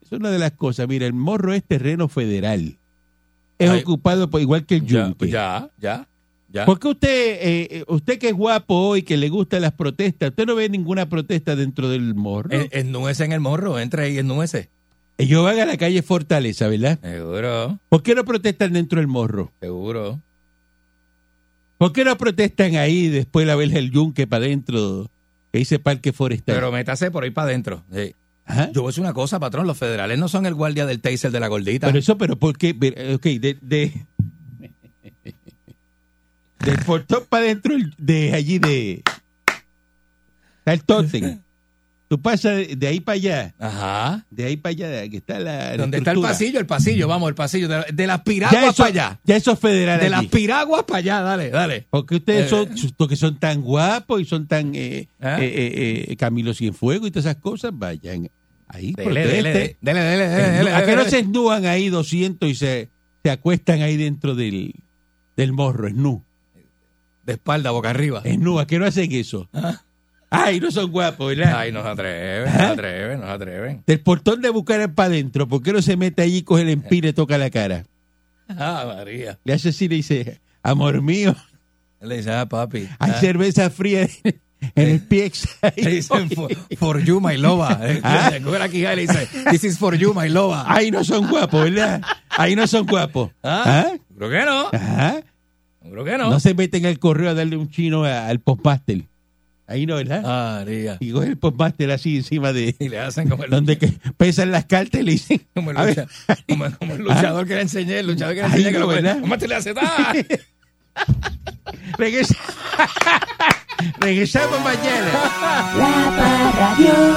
[SPEAKER 3] es una de las cosas. Mira, el morro es terreno federal. Es
[SPEAKER 4] Ay.
[SPEAKER 3] ocupado por igual que el
[SPEAKER 4] Ya,
[SPEAKER 3] yunque.
[SPEAKER 4] ya, ya. ya.
[SPEAKER 3] Porque usted, eh, eh, usted que es guapo hoy, que le gustan las protestas, usted no ve ninguna protesta dentro del morro.
[SPEAKER 4] Es, es nuece en el morro, entra ahí, es nuece.
[SPEAKER 3] Ellos van a la calle Fortaleza, ¿verdad?
[SPEAKER 4] Seguro,
[SPEAKER 3] ¿Por qué no protestan dentro del morro?
[SPEAKER 4] seguro.
[SPEAKER 3] ¿Por qué no protestan ahí después la verja del yunque para adentro? Que dice parque forestal.
[SPEAKER 4] Pero métase por ahí para adentro. sí.
[SPEAKER 3] Ajá.
[SPEAKER 4] Yo voy a decir una cosa, patrón, los federales no son el guardia del taser de la gordita.
[SPEAKER 3] Pero eso, pero ¿por qué? Ver, Ok, de... de del portón para adentro el- de allí de... Está el tótem. Tú pasas de, de ahí para allá,
[SPEAKER 4] Ajá.
[SPEAKER 3] de ahí para allá, de- que está la... la
[SPEAKER 4] ¿Dónde está el
[SPEAKER 3] estructura.
[SPEAKER 4] pasillo? El pasillo, vamos, el pasillo. De, la- de las
[SPEAKER 3] Ya
[SPEAKER 4] piraguas
[SPEAKER 3] eso,
[SPEAKER 4] para allá.
[SPEAKER 3] ya eso es federal
[SPEAKER 4] De las
[SPEAKER 3] allí.
[SPEAKER 4] piraguas para allá, dale, dale.
[SPEAKER 3] Porque ustedes
[SPEAKER 4] Eh.
[SPEAKER 3] son, porque son tan guapos y son tan eh,
[SPEAKER 4] ¿Ah?
[SPEAKER 3] eh, eh, eh, Camilo Cienfuegos y todas esas cosas, vayan ahí,
[SPEAKER 4] Dele, dele,
[SPEAKER 3] protesten.
[SPEAKER 4] dele, dele, dele, dele, dele,
[SPEAKER 3] ¿A que este- no
[SPEAKER 4] dele.
[SPEAKER 3] se esnúan ahí 200 y se, se acuestan ahí dentro del, del morro? Esnú,
[SPEAKER 4] De espalda, boca arriba.
[SPEAKER 3] esnú, ¿a que no hacen eso? Ay, no son guapos, ¿verdad?
[SPEAKER 4] Ah. Ay, nos atreven, nos atreven, nos atreven.
[SPEAKER 3] Del portón de Bucaram para adentro, ¿por qué no se mete allí, coge el empire
[SPEAKER 4] Eh.
[SPEAKER 3] y le toca la cara?
[SPEAKER 4] Ah, María.
[SPEAKER 3] Le hace así y le dice, amor mío,
[SPEAKER 4] Le dice, ah, papi.
[SPEAKER 3] hay
[SPEAKER 4] ah. Eh,
[SPEAKER 3] cerveza fría en el pie.
[SPEAKER 4] Le dicen, for, for you, my loba.
[SPEAKER 3] Ah.
[SPEAKER 4] Le coge la quijada y le dice, this is for you, my loba.
[SPEAKER 3] Ahí no son guapos, ¿verdad? Ahí no son guapos.
[SPEAKER 4] Ah,
[SPEAKER 3] ¿Ah?
[SPEAKER 4] Creo que no,
[SPEAKER 3] Ajá.
[SPEAKER 4] creo que
[SPEAKER 3] No.
[SPEAKER 4] no.
[SPEAKER 3] se meten al correo a darle un chino a- al postmaster. Ahí no,
[SPEAKER 4] Ah.
[SPEAKER 3] ¿verdad?
[SPEAKER 4] María.
[SPEAKER 3] Y coge el postmaster así encima de
[SPEAKER 4] Y le hacen como el,
[SPEAKER 3] donde que pesan las cartas y le dicen.
[SPEAKER 4] como el,
[SPEAKER 3] a ver, Ah.
[SPEAKER 4] lucha- como el- como el luchador que le enseñé, el luchador que le
[SPEAKER 3] Ay,
[SPEAKER 4] enseñé que
[SPEAKER 3] no,
[SPEAKER 4] lo
[SPEAKER 3] ¿verdad?
[SPEAKER 4] ¿Cómo te le hace? ¡Ah!
[SPEAKER 3] regresa- regresamos mañana.
[SPEAKER 2] La Parradio.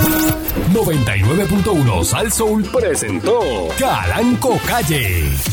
[SPEAKER 1] 99.1 Sal Soul presentó Calanco Calle.